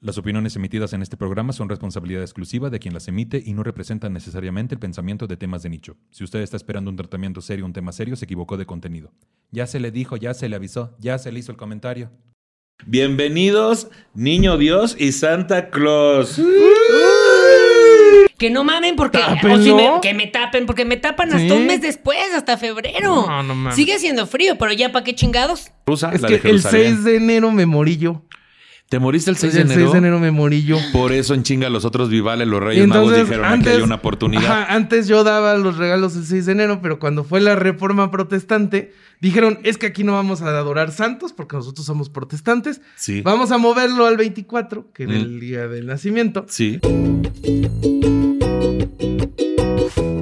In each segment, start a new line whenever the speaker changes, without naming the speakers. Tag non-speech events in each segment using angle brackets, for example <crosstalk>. Las opiniones emitidas en este programa son responsabilidad exclusiva de quien las emite y no representan necesariamente el pensamiento de temas de nicho. Si usted está esperando un tratamiento serio, un tema serio, se equivocó de contenido. Ya se le dijo, ya se le avisó, ya se le hizo el comentario.
Bienvenidos, Niño Dios y Santa Claus.
Que no mamen porque
Tápenlo.
o si me- que me tapen, porque me tapan hasta
Sí.
un mes después, hasta febrero.
No, no mames.
Sigue siendo frío, pero ya para qué chingados.
Rusa,
Es
la
que
de
el
Jerusalén.
6 de enero me morí yo.
¿Te moriste el 6 de
el
enero?
6 de enero me morí yo.
Por eso en chinga los otros vivales, los
Y
Reyes Magos
entonces,
dijeron aquí
antes,
hay una oportunidad.
Ajá, antes yo daba los regalos el 6 de enero, pero cuando fue la reforma protestante, dijeron, es que aquí no vamos a adorar santos porque nosotros somos protestantes.
Sí.
Vamos a moverlo al 24, que
Mm.
era el día del nacimiento.
Sí.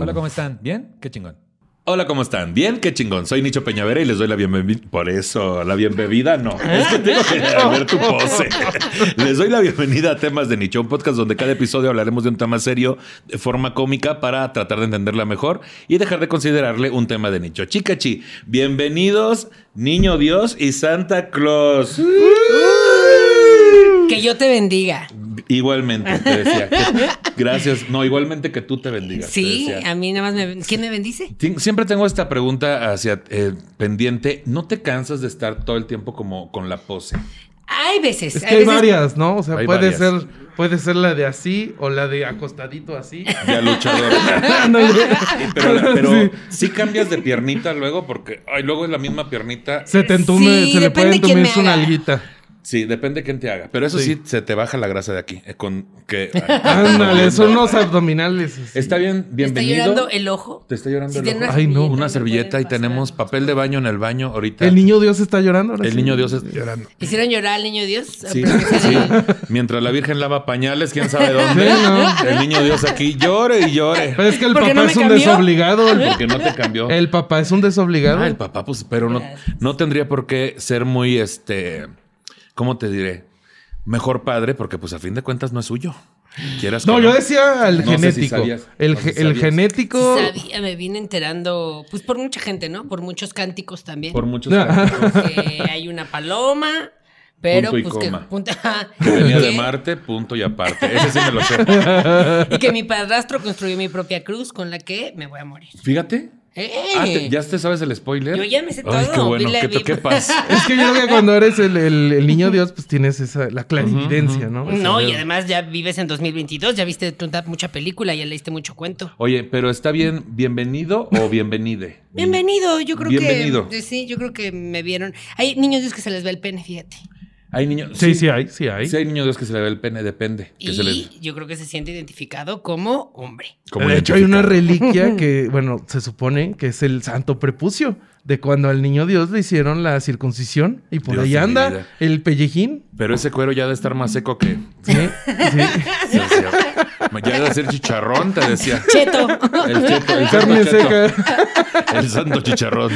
Hola, ¿cómo están? ¿Bien? ¿Qué chingón?
Hola, ¿cómo están? Bien, qué chingón. Soy Nicho Peñavera y les doy la bienvenida. Por eso, la bienvenida no. Es que tengo que ver tu pose. <laughs> Les doy la bienvenida a Temas de Nicho, un podcast donde cada episodio hablaremos de un tema serio de forma cómica para tratar de entenderla mejor y dejar de considerarle un tema de nicho. Chicachi, bienvenidos, Niño Dios y Santa Claus.
Que yo te bendiga.
Igualmente, te decía. que- gracias. No, igualmente que tú te bendigas. te
Sí,
decía.
a mí nada más me. ¿Quién me bendice?
Tien- Siempre tengo esta pregunta hacia eh, pendiente. ¿No te cansas de estar todo el tiempo como con la pose?
Hay veces.
Es que
hay
hay
veces-
varias, ¿no? O sea,
Hay
puede
varias.
ser, puede ser la de así o la de acostadito
<laughs>
así. <laughs>
Ya luchador.
Ándale.
pero la- pero sí.
Sí.
cambias de piernita luego porque ay, luego es la misma piernita.
Se te
Sí,
entume, se le
depende
puede
quién
entumir
me
su
haga.
nalguita.
Sí, depende quién te haga. Pero eso sí,
Sí.
se te baja la grasa de aquí. eh, con que,
Ándale, son unos abdominales. así.
Está bien,
¿Te está
bienvenido.
llorando el ojo?
Te está llorando
Si
el
tiene
ojo.
una
Ay, no.
servilleta,
Una
me
servilleta y
pueden
tenemos
pasar.
papel de baño en el baño ahorita.
El niño Dios está llorando. ahora
El
sí.
niño Dios está llorando.
¿Hicieron llorar al niño Dios?
Sí,
Aprecia
sí.
de-
Mientras la Virgen lava pañales, quién sabe dónde.
Sí, ¿no?
El niño Dios aquí llore y llore.
Pero es que el
¿Por qué
papá
no me
es un
cambió? ¿Eh?
desobligado. El,
Porque no te cambió.
el papá es un desobligado.
Ah, el papá, pues, pero no, no tendría por qué ser muy, este, ¿cómo te diré? Mejor padre, porque pues a fin de cuentas no es suyo. Quieras
no,
que
yo decía
No
el
sé si
genético.
sabías.
el,
No sé
ge-
si
el
sabías.
genético.
Sabía, me vine enterando, pues por mucha gente, ¿no? Por muchos cánticos también.
Por muchos
No.
años.
que hay una paloma, pero
Punto y
pues que
coma.
punta- ajá,
Que venía
y
de
que-
Marte, punto y aparte. Ese sí me lo sé.
<laughs>
Y que mi padrastro construyó mi propia cruz con la que me voy a morir.
Fíjate.
¡Eh!
Ah, te- ¿Ya te sabes el spoiler?
Yo ya me sé
Ay,
todo,
qué bueno.
vi la
qué,
Biblia.
qué paz.
<laughs>
Es que yo creo que cuando eres el, el- el niño Dios, pues tienes esa, la clarividencia, ¿no?
Pues,
No, y además ya vives en 2022, ya viste tanta- mucha película, ya leíste mucho cuento.
Oye, pero está bien, bienvenido o bienvenide.
Bienvenido, yo creo
Bienvenido.
que eh, sí, yo creo que me vieron. Hay niños Dios que se les ve el pene, fíjate.
Hay niños.
Sí, sí hay, sí hay.
Sí, hay niños Dios que se le ve el pene, depende. Que
Y
se les-
yo creo que se siente identificado como hombre.
como
de hecho, hay una
identificado.
<laughs>
reliquia que, bueno, se supone que es el santo prepucio, de cuando al niño Dios le hicieron la circuncisión y por
Dios
ahí
de mi
anda
vida.
el pellejín.
Pero ese cuero ya ha de estar más seco que.
Sí,
<laughs>
sí.
<laughs> Sí, es cierto. ya ha de ser chicharrón, te decía.
Cheto.
El cheto, el
Carne
santo cheto.
seca.
El santo chicharrón.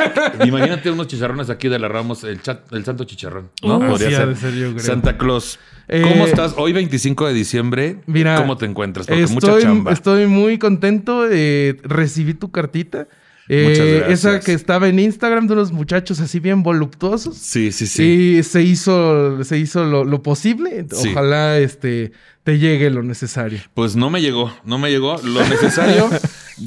<laughs> Imagínate unos chicharrones aquí de la Ramos, el, chat- el santo chicharrón. ¿no?
Uh, sí, ha de ser, yo creo.
Santa Claus.
Eh,
¿Cómo estás? Hoy 25 de diciembre.
Mira,
¿Cómo te encuentras? Porque mucha
estoy,
chamba.
estoy muy contento. eh, recibí tu cartita. eh,
Muchas gracias.
Esa que estaba en Instagram de unos muchachos así bien voluptuosos.
Sí, sí, sí.
Sí. se hizo, se hizo lo, lo posible.
Sí.
Ojalá este, te llegue lo necesario.
Pues no me llegó, no me llegó. Lo
<laughs>
necesario.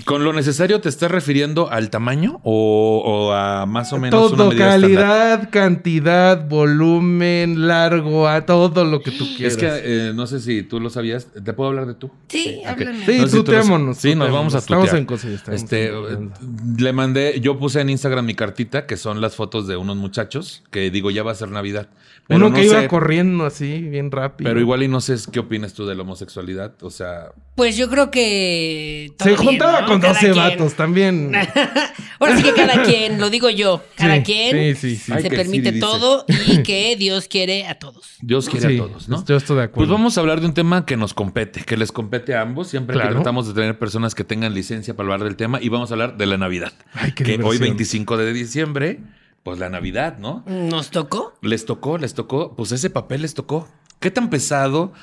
¿Con lo necesario te estás refiriendo al tamaño o, o a más o menos una
Todo,
medida estándar?
calidad, cantidad, volumen, largo, a todo lo que tú quieras.
Es que eh, no sé si tú lo sabías. ¿Te puedo hablar de tú?
Sí,
ok.
háblame.
Sí,
No sé si tú lo-
tuteémonos,
Sí, nos
tuteémonos.
vamos a tutear.
Estamos en cosas, estamos
este,
en cosas.
eh, le mandé, yo puse en Instagram mi cartita, que son las fotos de unos muchachos, que digo, ya va a ser Navidad. Pero
Uno
no
que iba
sé,
corriendo así, bien rápido.
Pero igual y no sé qué opinas tú de la homosexualidad. O sea,
Pues yo creo que. todo
Se
bien,
juntaba
¿no?
con
Cada
12
quien.
vatos también.
Ahora sí
<laughs>
que cada quien, lo digo yo, <laughs> cada
Sí,
quien
sí, sí, sí.
Ay,
se
que
permite
sí, dice.
todo
<laughs>
y que Dios quiere a todos.
Dios quiere
Sí,
a todos, ¿no?
Yo estoy de acuerdo.
Pues vamos a hablar de un tema que nos compete, que les compete a ambos. Siempre que
Claro.
tratamos de tener personas que tengan licencia para hablar del tema y vamos a hablar de la Navidad.
Ay, qué
que hoy
diversión.
25 de diciembre, pues la Navidad, ¿no?
¿Nos tocó?
Les tocó, les tocó, pues ese papel les tocó. ¿Qué tan pesado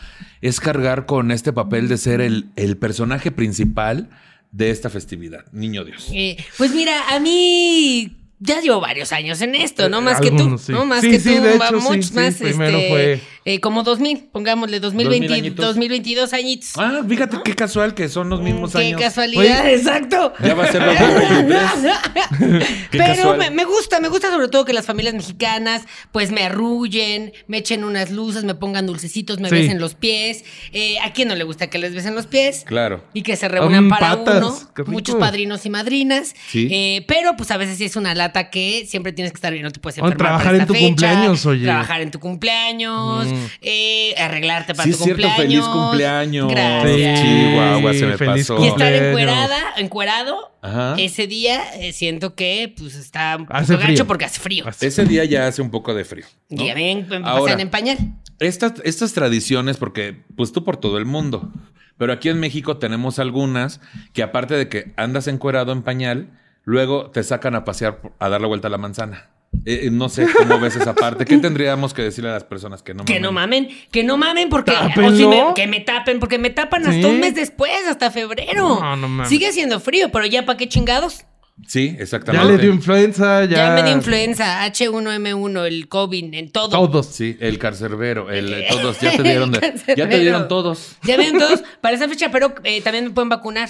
es cargar con este papel de ser el, el personaje principal de esta festividad? Niño Dios.
Eh, pues mira, a mí ya llevo varios años en esto, no más que tú,
Eh, Algunos, sí.
no más
Sí,
que
sí,
tú,
de
va-
hecho, sí,
muchos
sí,
más.
primero
este,
fue-
Eh, como 2000, pongámosle 2020,
2000 añitos.
2022 añitos.
Ah, fíjate qué casual que son los mismos
Qué
años.
casualidad, exacto.
Ya va a ser
<laughs>
2023.
<laughs>
Qué
Pero
casual.
me, me gusta, me gusta sobre todo que las familias mexicanas pues me arrullen, me echen unas luces, me pongan dulcecitos, me
Sí.
besen los pies. Eh, ¿A quién no le gusta que les besen los pies?
Claro.
Y que se reúnan
Mm,
para
patas,
uno,
qué rico.
muchos padrinos y madrinas.
Sí.
Eh, pero pues a veces sí es una lata que siempre tienes que estar bien, no te puedes
O
enfermar. para
trabajar en
esta
tu
fecha,
cumpleaños, oye. Mm.
Trabajar en tu cumpleaños, eh, arreglarte para
Sí,
tu
es cierto,
cumpleaños.
feliz cumpleaños.
Gracias.
Chihuahua, se me
Feliz
pasó.
Y
cumpleaños.
estar encuerada, encuerado,
Ajá.
ese día eh, siento que pues está un
¿Ah? Hace
poco gacho
frío.
porque hace frío.
Hace-
Ese día ya hace un poco de frío. ¿no?
Y ya ven, pues, me
Ahora.
pasan en pañal.
Estas, estas tradiciones, porque pues tú por todo el mundo, pero aquí en México tenemos algunas que aparte de que andas encuerado en pañal, luego te sacan a pasear por- a dar la vuelta a la manzana. Eh, eh, no sé cómo ves esa parte. ¿Qué tendríamos que decirle a las personas que no
Que no
mamen?
mamen, que no mamen porque
Tápenlo.
o si me- que me tapen, porque me tapan hasta
Sí.
un mes después, hasta febrero.
No, no mames.
Sigue siendo frío, pero ya para qué chingados.
Sí,
Ya
exactamente.
le dio influenza, ya.
Ya, me dio influenza, H1M1, el COVID, en todo.
Todos.
Sí, el carcerbero, el eh, todos
<laughs>
ya te dieron de- ya te
Carcerbero.
dieron todos.
Ya ven todos para esa fecha, pero eh, también me pueden vacunar.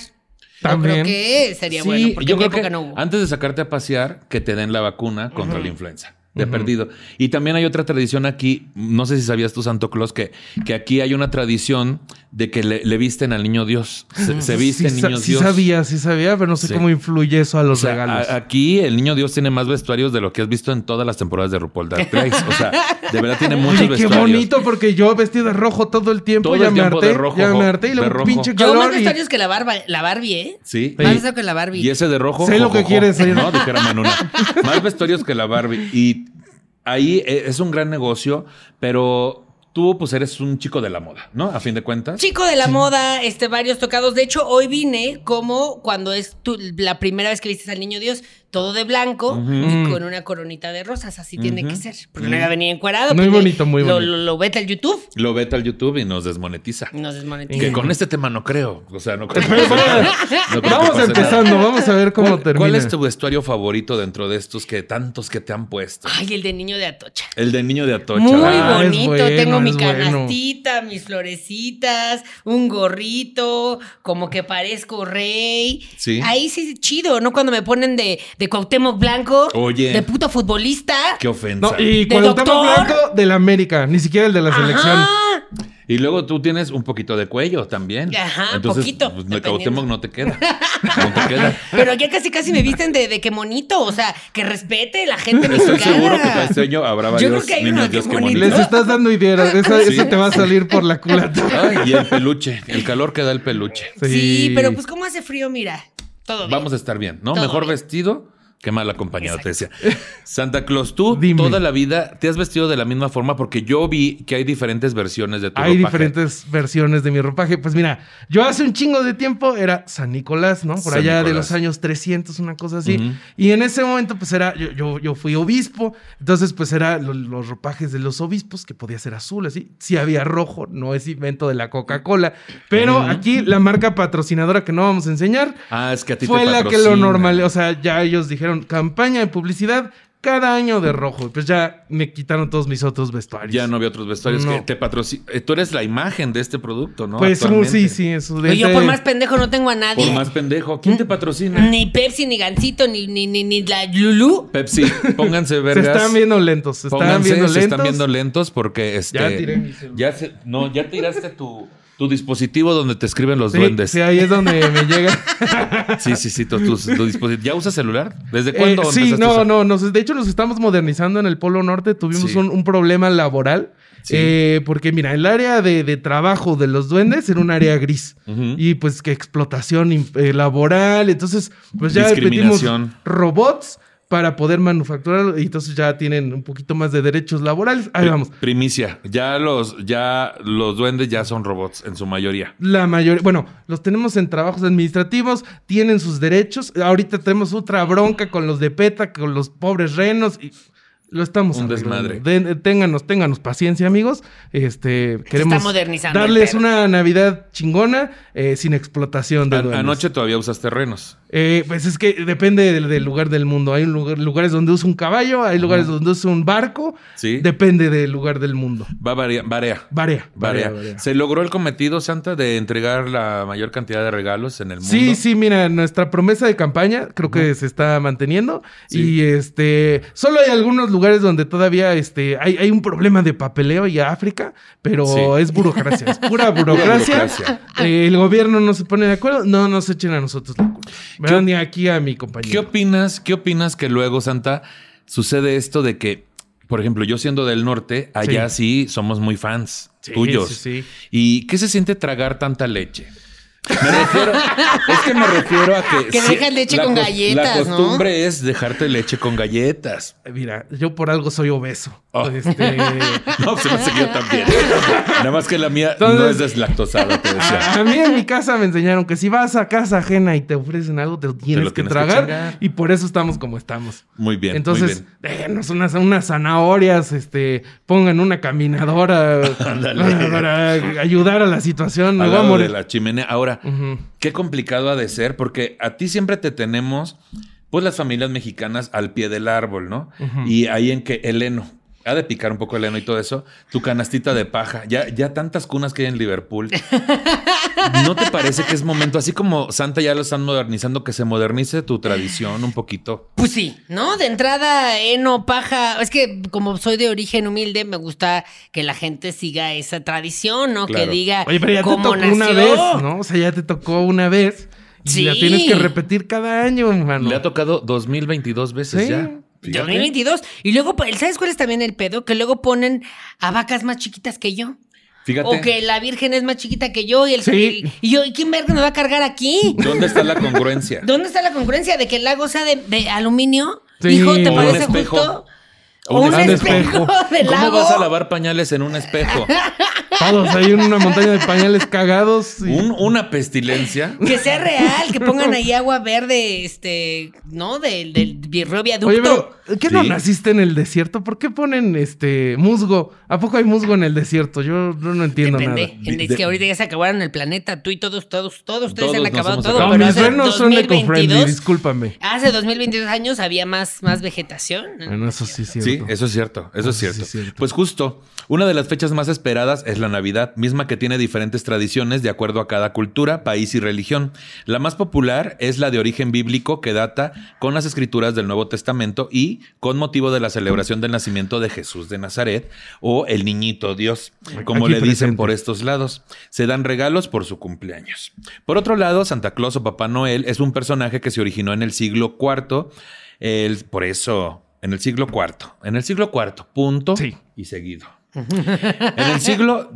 Yo creo
También.
que sería
Sí,
bueno, porque
yo
en mi
creo
época
que
no hubo.
antes de sacarte a pasear, que te den la vacuna contra la influenza. De perdido. Y también hay otra tradición aquí, no sé si sabías tú, Santo Claus, que, que aquí hay una tradición de que le, le visten al niño Dios. Se, se visten
sí, sa-
niños
sí
Dios.
sabía, sí sabía, pero no sé
Sí.
cómo influye eso a
O
los
sea,
regalos.
a- aquí el niño Dios tiene más vestuarios de lo que has visto en todas las temporadas de RuPaul Drag Race. O sea, de verdad
<laughs>
tiene muchos
Oye, qué
vestuarios.
bonito, porque yo vestí de rojo todo el tiempo,
Todo
ya
el
me
tiempo
harté,
de rojo,
ya me
jo-
harté y
de
luego
rojo.
pinche
Yo más
calor y
vestuarios que la, barba, la Barbie, ¿eh?
Sí.
Más vestuario que la Barbie.
Y ese de rojo.
Sé lo que quieres,
decir.
señor.
No, dijera
<laughs>
Manuna. Más vestuarios que la Barbie. Y ahí eh, es un gran negocio, pero tú, pues eres un chico de la moda, ¿no? A fin de cuentas.
Chico de la moda, este, varios tocados. De hecho, hoy vine como cuando es tu- la primera vez que vistes al niño Dios, todo de blanco y con una coronita de rosas. Así tiene que ser. Porque no iba a venir encuadrado.
Muy bonito, muy bonito.
Lo, lo vete al YouTube
Lo vete al YouTube y nos desmonetiza.
y nos desmonetiza. <laughs>
Que con este tema no creo. O sea, no
<laughs>
creo. <laughs> No creo que
Vamos
pase
empezando,
nada.
vamos a ver cómo
¿Cuál,
termina.
cuál es tu vestuario favorito dentro de estos que tantos que te han puesto?
Ay, el de niño de Atocha.
El de niño de Atocha.
Muy
¿verdad?
ah, es
bonito,
bueno,
tengo mi
es bueno.
canastita, mis florecitas, un gorrito, como que parezco rey.
Sí.
Ahí sí es chido, ¿no? Cuando me ponen de, de Cuauhtémoc Blanco,
Oye.
de puto futbolista.
Qué ofensa.
No, y
¿De
cuando
doctor?
blanco del América, ni siquiera el de la selección.
Ajá.
Y luego tú tienes un poquito de cuello también.
Ajá,
Entonces,
poquito,
Pues, de
dependiendo.
Cuauhtémoc no te
<laughs>
queda. No te queda.
Pero ya casi casi me visten de, de que monito, o sea, que respete la gente mexicana.
Estoy seguro que para este año habrá varios
creo que hay
niños
uno
Dios
que
que
bonito.
bonitos.
Les estás dando ideas, esa-
¿Eh? <laughs> Sí.
eso te va a salir por la culata.
Ay, y el peluche, el calor que da el peluche.
sí. pero pues como hace frío, mira, todo bien.
Vamos a estar bien, ¿no?
Todo
Mejor
bien.
vestido que mal acompañado, te
<laughs>
decía. Santa Claus, tú
Dime.
toda la vida te has vestido de la misma forma porque yo vi que hay diferentes versiones de tu ropaje.
Hay diferentes versiones de mi ropaje. Pues mira, yo hace un chingo de tiempo era San Nicolás, ¿no? Por
San
allá de
Nicolás.
los años 300, una cosa así.
Ujú.
Y en ese momento, pues era, yo, yo, yo fui obispo, entonces pues era lo- los ropajes de los obispos, que podía ser azul, así. Sí había rojo, no es invento de la Coca-Cola. Pero aquí la marca patrocinadora que no vamos a enseñar
Ah, es que a ti
fue
te
la que lo
patrocina.
normal, o sea, ya ellos dijeron campaña de publicidad cada año de rojo. Y Pues ya me quitaron todos mis otros vestuarios.
Ya no había otros vestuarios
No.
que te patrocinan. Tú eres la imagen de este producto, ¿no?
Pues uh,
Actualmente.
sí, sí, eso de.
Oye, yo
de-
por más pendejo no tengo a nadie.
Por más pendejo. ¿Quién te patrocina?
Ni Pepsi, ni Gancito, ni, ni, ni, ni la Lulú.
Pepsi, pónganse
<laughs> Se
vergas.
están viendo lentos, se están
Pónganse,
viendo
se
lentos.
están viendo lentos porque este.
Ya tiré mi celular.
ya se- no, ya tiraste tu, tu dispositivo donde te escriben los
Sí,
duendes.
sí,
Sí,
ahí es donde me
<laughs>
llega. Eh,
sí, sí, tu, dispositivo. ¿Ya usas celular? ¿Desde
Eh,
cuándo?
sí,
empezaste a
no,
usar?
no, nos- de hecho nos estamos modernizando en el Polo Norte, tuvimos
Sí.
un, un problema laboral,
Sí.
eh, porque mira, el área de, de trabajo de los duendes era un área gris,
Ujú.
y pues que explotación in- eh, laboral, entonces pues ya pedimos
Discriminación.
robots para poder manufacturar, y entonces ya tienen un poquito más de derechos laborales, ahí
Pri-
vamos.
Primicia. Ya los, ya los duendes ya son robots en su mayoría.
La mayoría, bueno, los tenemos en trabajos administrativos, tienen sus derechos. Ahorita tenemos otra bronca con los de PETA, con los pobres renos. Y Lo estamos
Un
arreglando.
desmadre.
Den- eh, ténganos, ténganos paciencia, amigos. Este, queremos
modernizando el
darles
pedo.
una Navidad chingona eh, sin explotación de
An-
duendes.
anoche todavía usas terrenos.
Eh, pues es que depende del, del lugar del mundo. Hay un lugar- lugares donde usa un caballo, hay lugares donde usa un barco.
Sí.
Depende del lugar del mundo.
Va varia- varea.
Varea.
Varea.
varea.
Se logró el cometido, Santa, de entregar la mayor cantidad de regalos en el mundo.
Sí, sí, mira, nuestra promesa de campaña creo que se está manteniendo.
Sí.
Y este, solo hay algunos lugares donde todavía este, hay, hay un problema de papeleo y África, pero
Sí.
es burocracia, es
<laughs>
pura burocracia.
burocracia.
Eh, el gobierno no se pone de acuerdo, no nos echen a nosotros la culpa. ¿Verdad? Ni aquí a mi
¿Qué
compañero.
opinas? ¿Qué opinas que luego, Santa, sucede esto de que, por ejemplo, yo siendo del norte, allá sí, somos muy fans
Sí,
tuyos.
sí, sí.
¿Y qué se siente tragar tanta leche? Me refiero, es que me refiero a que.
Que dejan leche con
cos-
galletas,
La
¿no?
costumbre es dejarte leche con galletas.
Eh, Mira, yo por algo soy obeso.
Oh. <laughs>
Este,
No, se me hace que yo también. Nada más que la mía no es
Entonces-
deslactosada, te decía.
a mí en mi casa me enseñaron que si vas a casa ajena y te ofrecen algo, te lo tienes,
lo
que
tienes que
tragar.
chingar.
y por eso estamos como estamos.
Muy bien.
Entonces,
muy bien.
déjenos unas, unas zanahorias, este, pongan una caminadora
<laughs> Ándale.
para, para ayudar a la situación. Me
Al
voy
lado
a
de
morir.
la chimenea. Ahora,
Ujú.
qué complicado ha de ser, porque a ti siempre te tenemos, pues las familias mexicanas al pie del árbol, ¿no? Y ahí en que el heno. Ha de picar un poco el heno y todo eso. Tu canastita de paja. Ya, ya tantas cunas que hay en Liverpool. ¿No te parece que es momento, así como Santa ya lo están modernizando, que se modernice tu tradición un poquito?
Pues sí, ¿no? De entrada, heno, paja. Es que como soy de origen humilde, me gusta que la gente siga esa tradición, ¿no?
Claro.
Que diga
Oye, pero ya te
cómo
tocó una
nació.
vez, ¿no? O sea, ya te tocó una vez. Y
Sí.
la tienes que repetir cada año, hermano.
Le ha tocado 2022 veces
Sí.
ya.
De
Fíjate.
2022. Y luego, pues, ¿sabes cuál es también el pedo? Que luego ponen a vacas más chiquitas que yo.
Fíjate.
O que la Virgen es más chiquita que yo y el
Sí.
y, y yo, ¿y quién verga me va a cargar
<laughs>
aquí?
¿Dónde está la congruencia?
¿Dónde está la congruencia de que el lago sea de, de aluminio?
Sí.
Hijo, ¿te
O un
parece
espejo.
justo?
O
O
<laughs> un
un, espejo,
espejo.
<laughs> de
¿Cómo
lago.
vas a lavar pañales en un espejo?
Todos hay una montaña de pañales cagados. y-
Un- una
<laughs>
pestilencia.
Que sea real, que pongan ahí agua verde, este, ¿no? Del, del Virreo Viaducto.
Oye, pero ¿qué no
Uh, Sí.
naciste en el desierto? ¿Por qué ponen este musgo? ¿A poco hay musgo en el desierto? Yo no, no entiendo
Depende.
nada.
En- es
De-
que ahorita ya se acabaron el planeta. Tú y todos, todos, todos ustedes
Todos
se han
nos
acabado
hemos
todo.
acabado.
No,
Pero
mis
hace
buenos son eco-friendly,
2022,
discúlpame.
hace 2022 años había más, más vegetación.
Bueno, eso sí es cierto.
Sí, eso es cierto, eso es
Eso sí
cierto.
es cierto.
Pues justo, una de las fechas más esperadas es la Navidad, misma que tiene diferentes tradiciones de acuerdo a cada cultura, país y religión. La más popular es la de origen bíblico que data con las escrituras del Nuevo Testamento y con motivo de la celebración del nacimiento de Jesús de Nazaret o el niñito Dios, como
Aquí
le dicen
presente.
por estos lados. Se dan regalos por su cumpleaños. Por otro lado, Santa Claus o Papá Noel es un personaje que se originó en el siglo IV el- por eso, en el siglo cuarto. En el siglo cuarto, punto
Sí.
y seguido. en el siglo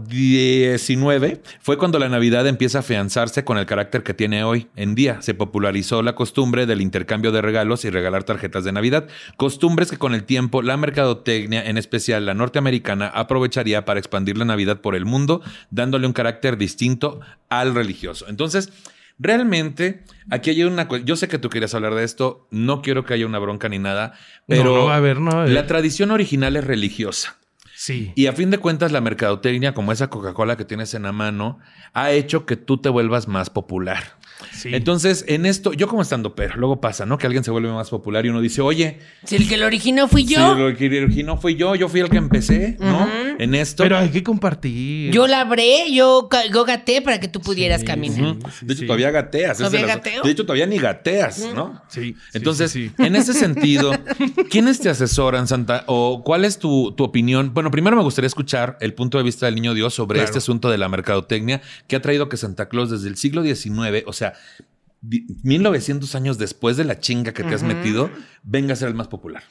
XIX fue cuando la Navidad empieza a afianzarse con el carácter que tiene hoy en día. Se popularizó la costumbre del intercambio de regalos y regalar tarjetas de Navidad, costumbres que con el tiempo la mercadotecnia, en especial la norteamericana, aprovecharía para expandir la Navidad por el mundo, dándole un carácter distinto al religioso. Entonces, realmente, aquí hay una... cu- Yo sé que tú querías hablar de esto, no quiero que haya una bronca ni nada, pero...
no, no va a haber, no va a haber.
La tradición original es religiosa.
Sí.
Y a fin de cuentas, la mercadotecnia, como esa Coca-Cola que tienes en la mano, ha hecho que tú te vuelvas más popular.
sí.
Entonces, en esto, yo como estando pero, luego pasa, ¿no? Que alguien se vuelve más popular y uno dice, oye,
Si el que lo originó fui
si
yo,
lo que originó fui yo, yo fui el que empecé, ¿no?
Ujú.
En esto.
pero hay que compartir.
yo labré, yo ca- yo gaté para que tú pudieras
Sí,
caminar.
Ujú.
sí,
de hecho,
sí.
todavía gateas. esa es
¿Todavía
la-
gateo?
De hecho, todavía ni gateas, ¿no?
Sí.
Entonces,
sí, sí.
en ese sentido, ¿quiénes te asesoran, Santa? ¿O cuál es tu, tu opinión? Bueno, primero me gustaría escuchar el punto de vista del niño Dios sobre
Claro.
este asunto de la mercadotecnia que ha traído que Santa Claus desde el siglo XIX, o sea, di- 1900 años después de la chinga que te has metido, venga a ser el más popular.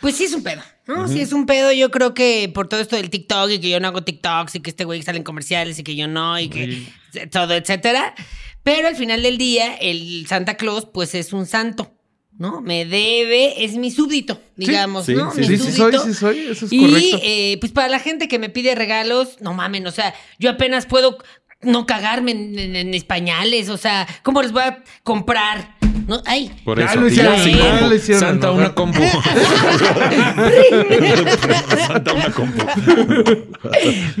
Pues sí es un pedo, ¿no? Sí es un pedo. Yo creo que por todo esto del TikTok y que yo no hago TikToks y que este güey sale en comerciales y que yo no y que todo, etcétera. Pero al final del día, el Santa Claus, pues es un santo, ¿no? Me debe, es mi súbdito, digamos,
sí,
¿no?
sí,
mi
Sí, sí soy,
súbdito.
sí soy. Eso es
Y
correcto.
eh, pues para la gente que me pide regalos, no mamen, o sea, yo apenas puedo no cagarme en, en- en mis pañales, o sea, ¿cómo les voy a comprar No, ay.
Por
Ya
eso.
lo
Y
hicieron,
sin
ya
combo.
lo hicieron,
Santa
¿no?
una
<laughs>
compu. Santa una compu.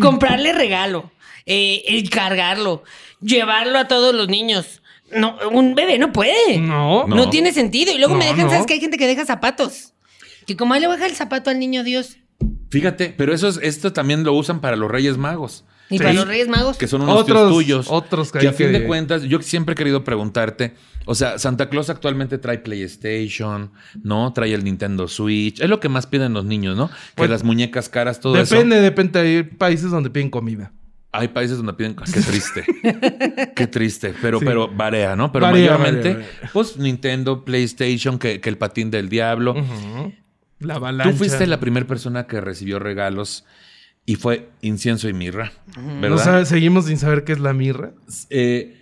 <laughs> Comprarle regalo, eh, encargarlo, llevarlo a todos los niños. No, un bebé no puede.
No.
No, tiene sentido. Y luego me
No,
dejan,
no.
¿sabes que hay gente que deja zapatos? Que como ahí le baja el zapato al niño Dios.
Fíjate, pero eso es, esto también lo usan para los Reyes Magos.
Y para los Reyes Magos.
Que son unos
Otros-
tíos tuyos.
otros que
que a
hay
fin
que-
de cuentas, yo siempre he querido preguntarte. O sea, Santa Claus actualmente trae PlayStation, ¿no? Trae el Nintendo Switch. Es lo que más piden los niños, ¿no? Que
Pues,
las muñecas caras, todo eso.
Depende, depende. Hay países donde piden comida.
Hay países donde piden. ah, Qué
<laughs>
triste. Qué triste. Pero,
Sí.
pero varía, ¿no? Pero
Varía,
mayormente,
varía,
pues Nintendo, PlayStation, que, que el patín del diablo.
La
Tú
avalancha.
fuiste la primera persona que recibió regalos y fue incienso y mirra. ¿Verdad?
No sabe- seguimos sin saber qué es la mirra.
Eh,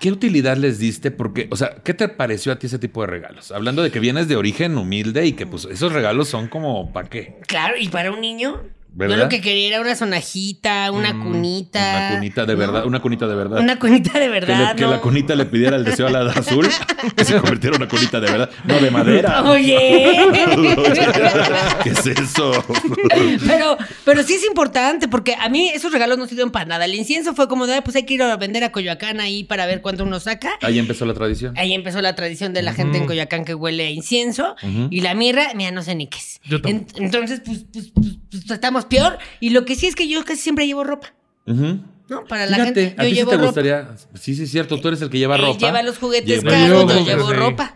¿Qué utilidad les diste? Porque, o sea, ¿qué te pareció a ti ese tipo de regalos? Hablando de que vienes de origen humilde y que pues esos regalos son como ¿para qué?
Claro, y para un niño.
¿Verdad?
Yo lo que quería era una sonajita, una
Mm,
cunita.
Una cunita de verdad, una cunita de verdad.
Una cunita de
que, le-
verdad.
que
¿no?
la cunita le pidiera el deseo a la hada
<laughs>
azul que se convirtiera en una cunita de verdad, no de madera. <laughs>
Oye. <laughs>
¿Qué es eso? <laughs>
pero, pero sí es importante, porque a mí esos regalos no sirven para nada. El incienso fue como de, "Ah, pues hay que ir a vender a Coyoacán ahí para ver cuánto uno saca.
Ahí empezó la tradición.
Ahí empezó la tradición de la gente en Coyoacán que huele a incienso. Y la mirra, mira, no sé ni qué es.
Yo tampoco.
En- entonces, pues, pues, pues, pues, estamos peor. Y lo que sí es que yo casi siempre llevo ropa,
Ujú.
¿no? Para la
Fíjate, a
gente. Yo
ti sí
llevo
te
ropa.
gustaría. Sí, sí, es cierto. Tú eres el que lleva
Él
ropa.
lleva los juguetes
Lleva-
caros,
Yo
yo
creo
llevo
que sí.
ropa.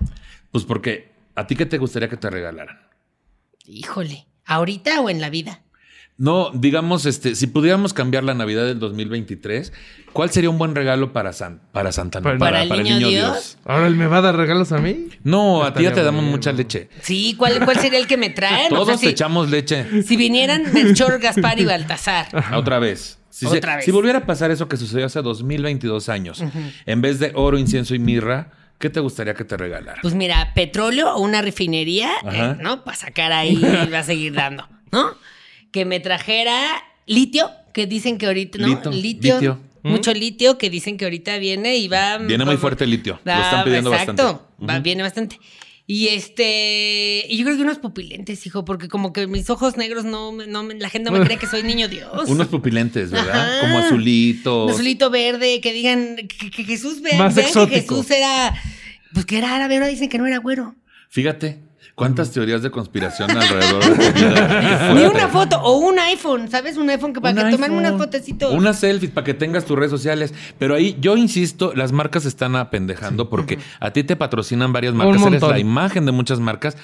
Pues porque, ¿a ti qué te gustaría que te regalaran?
Híjole, ¿ahorita o en la vida?
No, digamos, este, si pudiéramos cambiar la Navidad del 2023, ¿cuál sería un buen regalo para, San- para Santa
Para-
¿Para el niño Dios?
Ahora él me va a dar regalos a mí.
No, a ti ya
Estaría
te damos
bueno.
mucha leche.
Sí, ¿cuál, cuál sería el que me traen? O
Todos
sea,
te
si,
echamos
<laughs>
leche.
si vinieran Melchor, Gaspar y Baltasar.
Otra vez. Si, se-
Otra vez.
si volviera a pasar eso que sucedió hace 2022 años, en vez de oro, incienso y mirra, ¿qué te gustaría que te regalaran?
Pues mira, petróleo o una refinería,
Ajá.
eh, ¿no? Para sacar ahí y va a seguir dando, ¿no? Que me trajera litio, que dicen que ahorita, ¿no?
Lito,
Litio.
litio.
Mucho litio que dicen que ahorita viene y va.
Viene muy fuerte el litio. Lo
Pues, mm, Ah,
están pidiendo
exacto.
bastante.
Va-
Ujú.
Viene bastante. Y este, y yo creo que unos pupilentes, hijo, porque como que mis ojos negros no, me- no me- la gente no me cree que soy niño Dios.
Unos pupilentes, ¿verdad?
pues. Ajá.
Como azulitos.
Un azulito verde, que digan que, que Jesús vea,
Más
vean que
exótico.
Jesús era, pues que era árabe, ahora dicen que no era güero.
Fíjate, cuántas teorías de
<laughs>
conspiración alrededor de tu vida. Qué
Ni
fuerte.
una foto o un iPhone, ¿sabes? Un iPhone que para
Un
que tomen
iPhone,
unas fotecitos.
Unas selfies para que tengas tus redes sociales. Pero ahí yo insisto, las marcas están apendejando porque a ti te patrocinan varias marcas.
Un
Eres
montón.
la imagen de muchas marcas.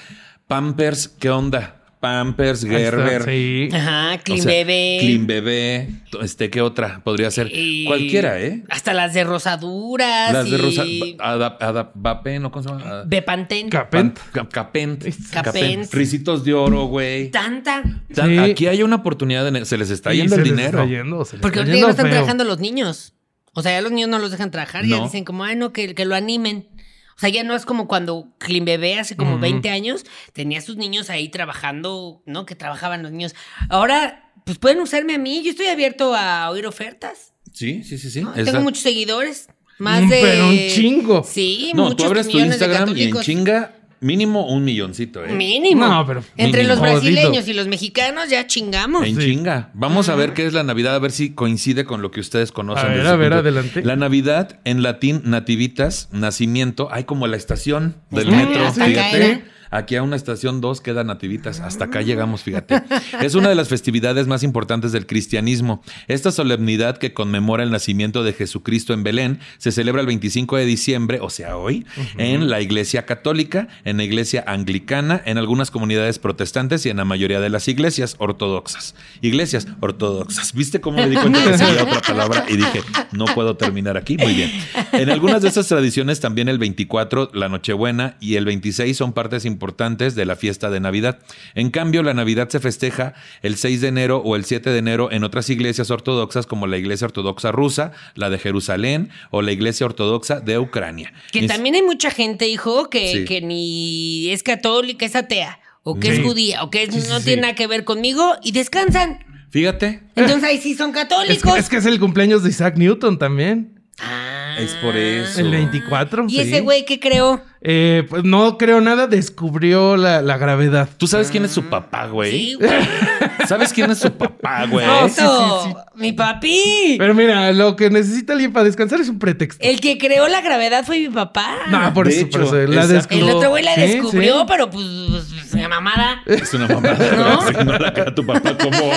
Pampers, ¿qué onda? Pampers,
Ahí está,
Gerber.
Sí.
Ajá,
o
Clean
sea,
Bebé.
Clean Bebé. to- Este, ¿qué otra podría ser?
Y-
Cualquiera, ¿eh?
Hasta las de rosaduras.
Las de Rosa.
y
Adap- Adap- Vapen, ¿o ¿cómo se llama? Ah,
Bepantén.
Capent.
Cap- Capent.
Capent.
Risitos de oro, güey.
Tanta.
Tan-
Sí.
Aquí hay una oportunidad. de- se les está yendo
Sí,
el
se les
dinero.
está yendo, se les
Porque
está
ahorita ya no
yendo
están
feo.
trabajando los niños. O sea, ya los niños no los dejan trabajar. Ya
No.
dicen como, ay, no, que, que lo animen. O sea, ya no es como cuando Clean Bebé hace como
Ujú.
20 años tenía a sus niños ahí trabajando, ¿no? Que trabajaban los niños. Ahora, pues pueden usarme a mí. Yo estoy abierto a oír ofertas.
Sí, sí, sí, sí.
¿no?
Esa-
Tengo muchos seguidores. Más
Mm,
de.
pero un chingo.
Sí,
No, tú
muchos
abres tu
millones de
Instagram y en
católicos.
chinga mínimo un milloncito, ¿eh?
Mínimo.
No, pero
Entre
mínimo.
los
Jodido.
brasileños y los mexicanos ya chingamos.
En
Sí.
chinga. Vamos a ver qué es la Navidad, a ver si coincide con lo que ustedes conocen.
A ver,
desde
a
su
ver,
punto.
adelante.
La Navidad, en latín, nativitas, nacimiento, hay como la estación del
Ah,
metro.
hasta acá
Fíjate.
era.
Aquí a una estación dos queda nativitas. Hasta acá llegamos, fíjate. Es una de las festividades más importantes del cristianismo. Esta solemnidad que conmemora el nacimiento de Jesucristo en Belén se celebra el 25 de diciembre, o sea, hoy, en la iglesia católica, en la iglesia anglicana, en algunas comunidades protestantes y en la mayoría de las iglesias ortodoxas. Iglesias ortodoxas. ¿Viste cómo me di cuenta que sería otra palabra? Y dije, no puedo terminar aquí. Muy bien. En algunas de esas tradiciones también el 24, la Nochebuena y el 26 son partes importantes de la fiesta de Navidad. En cambio, la Navidad se festeja el 6 de enero o el 7 de enero en otras iglesias ortodoxas como la Iglesia Ortodoxa Rusa, la de Jerusalén o la Iglesia Ortodoxa de Ucrania.
Que
Ni-
también hay mucha gente, hijo, que,
Sí.
que ni es católica, es atea, o que
Sí.
es judía, o que es-
Sí, sí,
no
sí.
tiene nada que ver conmigo y descansan.
Fíjate,
Entonces ahí sí son
Es que,
católicos.
es que es el cumpleaños de Isaac Newton también.
Ah.
Es por eso.
El 24.
Y
sí.
ese güey que creó
eh, pues no creo nada, descubrió la, la gravedad.
¿Tú sabes quién es su papá, güey?
Sí, güey.
¿Sabes quién es su papá, güey?
No, <laughs> sí,
Eso,
sí, sí.
Mi papi.
Pero mira, lo que necesita alguien para descansar es un pretexto.
El que creó la gravedad fue mi papá.
no, por
de
eso, por
hecho,
eso, la
exacto.
descubrió.
El otro güey la
Sí,
descubrió,
sí.
pero pues, pues, una mamada.
Es una
<laughs>
mamada.
¿No?
¿No? no la crea tu papá como.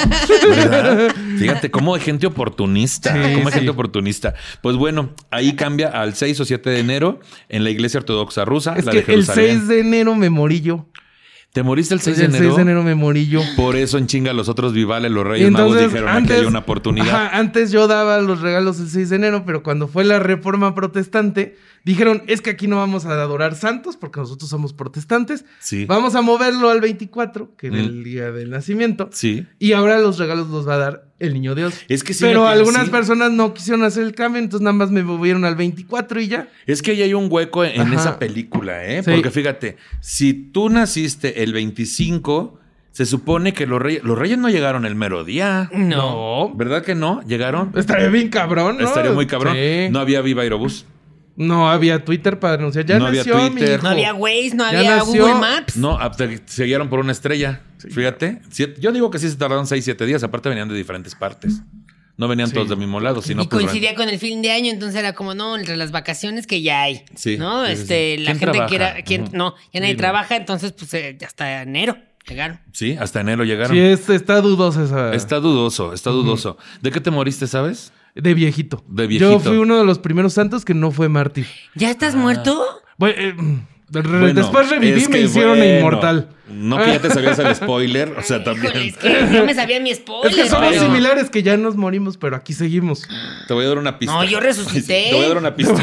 ¿verdad? <laughs> Fíjate, cómo hay gente oportunista.
Sí,
cómo hay
sí.
gente oportunista. Pues bueno, ahí cambia al 6 o 7 de enero en la iglesia ortodoxa rusa, Ah,
Es
la
que
de
el
Jerusalén.
6 de enero me morí yo.
¿Te moriste el 6 de
el
enero?
6 de enero me morí yo.
Por eso en chinga los otros vivales, los reyes magos dijeron aquí hay una oportunidad.
ajá, antes yo daba los regalos el 6 de enero, pero cuando fue la reforma protestante, dijeron, es que aquí no vamos a adorar santos porque nosotros somos protestantes.
Sí.
Vamos a moverlo al 24, que
Mm.
era el día del nacimiento.
Sí.
Y ahora los regalos los va a dar el niño Dios.
Es que sí,
Pero
fíjate,
algunas
sí.
personas no quisieron hacer el cambio, entonces nada más me movieron al 24 y ya.
Es que ahí hay un hueco en
Ajá.
esa película, ¿eh?
Sí.
Porque fíjate, si tú naciste el 25, se supone que los reyes, los reyes no llegaron el mero día.
No.
¿Verdad que no? ¿Llegaron?
Estaría bien
<laughs>
cabrón, ¿no?
Estaría muy cabrón.
Sí.
No
No.
había Viva Aerobús.
había Twitter para denunciar. Ya
No había
nació mi
Twitter.
hijo.
No había Waze, no
Ya
había
nació.
Google Maps.
No, a- te- se guiaron por una estrella. Fíjate. Siete- yo digo que sí se tardaron 6, 7 días. Aparte venían de diferentes partes. No venían todos del mismo lado, sino
y
pues,
coincidía con el fin de año, entonces era como, no, entre las vacaciones que ya hay.
Sí,
¿No?
sí, sí,
este,
sí.
la
¿Quién
gente que
trabaja?
era, ¿quién?
Ujú.
no, ya nadie trabaja, entonces pues eh, ya hasta enero llegaron.
Sí, hasta enero llegaron.
Sí, eh. es- está dudosa esa.
Está dudoso, está dudoso. ¿De qué te moriste, sabes?
De viejito.
De viejito.
Yo fui uno de los primeros santos que no fue mártir.
¿Ya
Ah.
estás muerto?
Bueno, eh, re-
Bueno,
después reviví,
es
me
que
hicieron
bueno,
inmortal.
No que ya te sabías el spoiler, o sea, también.
<laughs> Híjole, es que no me sabía mi spoiler.
<laughs> es que somos
pero-
similares, que ya nos morimos, pero aquí seguimos.
<laughs> Te voy a dar una pista.
No, yo resucité.
Te voy a dar una
<laughs>
pista.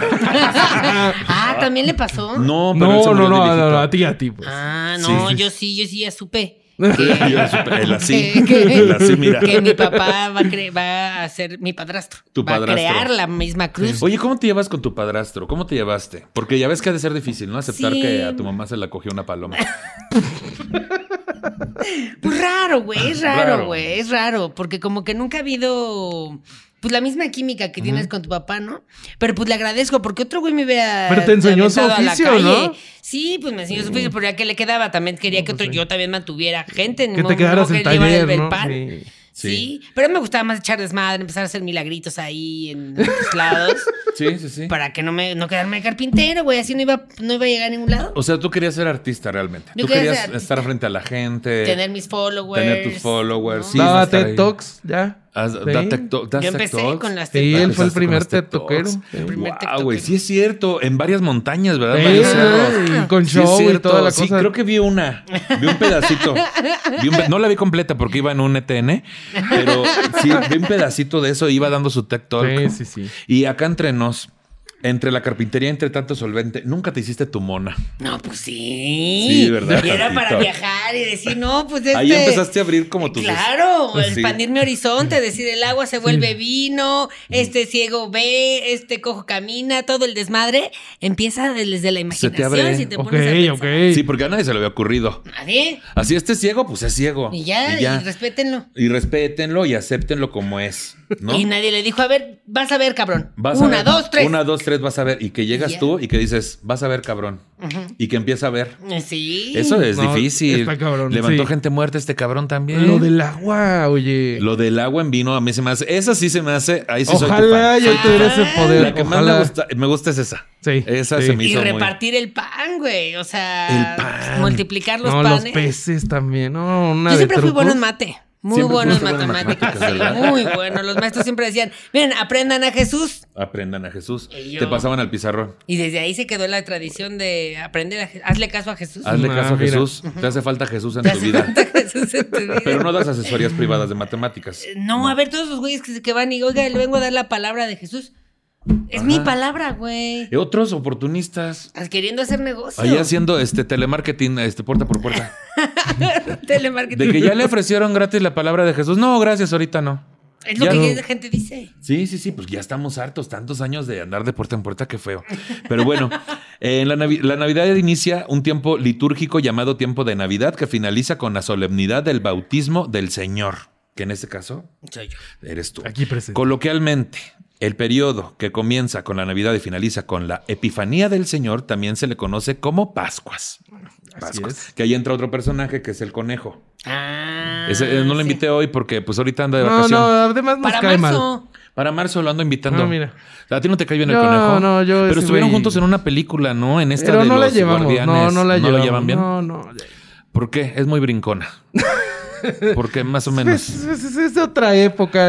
Ah, ¿también le pasó?
No, pero él
No,
se
no,
murió
no,
de
no,
viejito.
no, a ti, a ti. pues.
Ah,
Sí,
no,
sí, sí.
yo sí, yo sí ya
<laughs>
supe.
Yo supe, el
<laughs>
así.
Que- que-
El así, mira.
que mi papá va a, cre- va a ser mi padrastro.
Tu
va
padrastro.
a crear la misma cruz.
Oye, ¿cómo te llevas con tu padrastro? ¿Cómo te llevaste? Porque ya ves que ha de ser difícil, ¿no? Aceptar
Sí.
que a tu mamá se la cogió una
<laughs>
paloma.
Pues raro, güey, es
Raro.
raro, güey, es raro, porque como que nunca ha habido pues la misma química que tienes con tu papá, ¿no? Pero pues le agradezco porque otro güey me vea
Pero te enseñó su oficio, ¿no? Mm.
Sí, pues me enseñó su oficio, pero ya que le quedaba, también quería que otro, yo también mantuviera gente, ni
pues, Que
modo,
te quedaras
no,
en
que él llevara el
taller, ¿no?
pan.
Sí.
Sí.
Sí. pero me gustaba más echar desmadre, empezar a hacer milagritos ahí
<laughs>
en los lados
Sí, sí, sí.
para que no me no quedarme de carpintero, güey, así no iba no iba a llegar a ningún lado.
O sea, tú querías ser artista realmente.
Yo
tú
quería
querías
ser artista.
estar frente a la gente.
Tener mis followers.
tener tus followers.
¿no?
Sí, va a
Daba
estar ahí.
TED Talks, ya.
Haz-
Sí.
da tecto- das
Yo empecé
tectocs.
con las
Sí, él fue el
Empezaste
primer
con las
tetoquero.
tectocs.
Sí.
Primer
Guau, güey,
tectoquero.
sí es cierto. En varias montañas, ¿verdad? En
Eh, Sí,
varios cerros.
sí, y con
Sí es
show y
cierto.
toda la
sí,
cosa.
creo que vi una. Vi un pedacito. Vi un pe- no la vi completa porque iba en un ETN, pero sí, vi un pedacito de eso. Iba dando su tech talk.
Sí, sí, sí.
Y acá entre nos, entre la carpintería, entre tanto solvente, nunca te hiciste tu mona.
<laughs> No, pues sí.
Sí, ¿verdad,
Y era
tantito?
para viajar y decir, no, pues este...
Ahí empezaste a abrir como tus.
Claro,
Pues sí.
expandir mi horizonte, decir el agua se vuelve vino,
Mm.
este ciego ve, este cojo camina, todo el desmadre empieza desde la
Se
imaginación.
te abre.
Si te
Ok,
pones a pensar.
ok.
Sí, porque a nadie se le había ocurrido.
Nadie.
Así este ciego, pues es ciego.
Y ya, y, respétenlo.
Y respétenlo y acéptenlo como es, ¿no?
Y nadie le dijo, a ver, vas a ver, cabrón.
Vas a
una,
ver.
dos, tres.
Una, dos, tres, vas a ver. Y que llegas
Ya.
tú y que dices, vas a ver, cabrón. Y que empieza a ver.
Sí.
Eso es
No,
difícil.
está cabrón,
Levantó
sí.
gente muerta este cabrón también.
¿Eh?
Lo del agua, oye.
Lo del agua en vino a mí se me hace. Esa sí se me hace. Ahí sí soy tu
Ojalá
fan.
yo tuviera ese poder.
La que
Ojalá.
más me gusta, me gusta es esa.
Sí,
Esa
sí.
se me
Y
hizo muy-
repartir el pan, güey. O sea, pues,
El pan.
multiplicar los
no,
panes.
los peces también. No,
Yo
una de
siempre fui
trucos.
bueno en mate. Muy
Siempre
bueno en
fuiste buena en
matemáticas.
matemáticas, ¿verdad?
muy bueno. Los maestros siempre decían, miren, aprendan a Jesús.
Aprendan a Jesús.
Y yo-
Te pasaban al pizarrón.
Y desde ahí se quedó la tradición de aprender a Je- hazle caso a Jesús.
Hazle
Ah,
caso a
mira.
Jesús. Te hace falta Jesús en
Te
tu
hace <laughs>
vida.
falta Jesús en tu vida.
Pero no das asesorías privadas de matemáticas.
Eh, No, a ver, todos los güeyes que, se- que van y, oiga, le vengo a dar la palabra de Jesús. Es mi palabra, güey.
Y Eh, Otros oportunistas.
Queriendo hacer negocio.
Ahí haciendo este telemarketing, este puerta por puerta.
<laughs> Telemarketing.
De que ya le ofrecieron gratis la palabra de Jesús. No, gracias, ahorita no.
Es lo
ya
que
no.
la gente dice.
Sí, sí, sí, pues ya estamos hartos, tantos años de andar de puerta en puerta, qué feo. Pero
<laughs>
bueno, eh, en la, Navi- la Navidad inicia un tiempo litúrgico llamado tiempo de Navidad que finaliza con la solemnidad del bautismo del Señor, que en este caso
Soy yo.
eres tú.
Aquí presente.
Coloquialmente, El periodo que comienza con la Navidad y finaliza con la Epifanía del Señor también se le conoce como Pascuas. Pascuas.
es.
Que ahí entra otro personaje que es el conejo.
Ah,
Ese, eh, no lo
sí.
invité hoy porque pues ahorita anda de
No,
vacación.
no, además nos
Para
cae mal.
marzo.
Para marzo lo ando invitando.
Ah, mira.
A ti no te cae bien el
No,
conejo.
no, yo
Pero
ese
estuvieron
güey-
juntos en una película, ¿no? En esta
Pero
este de
no
los
la llevamos. No,
guardianes.
no la llevamos.
la llevan bien?
No, no.
¿Por qué? Es muy brincona.
<laughs>
Porque más o
Es,
menos. Uh,
es- es- es de otra época.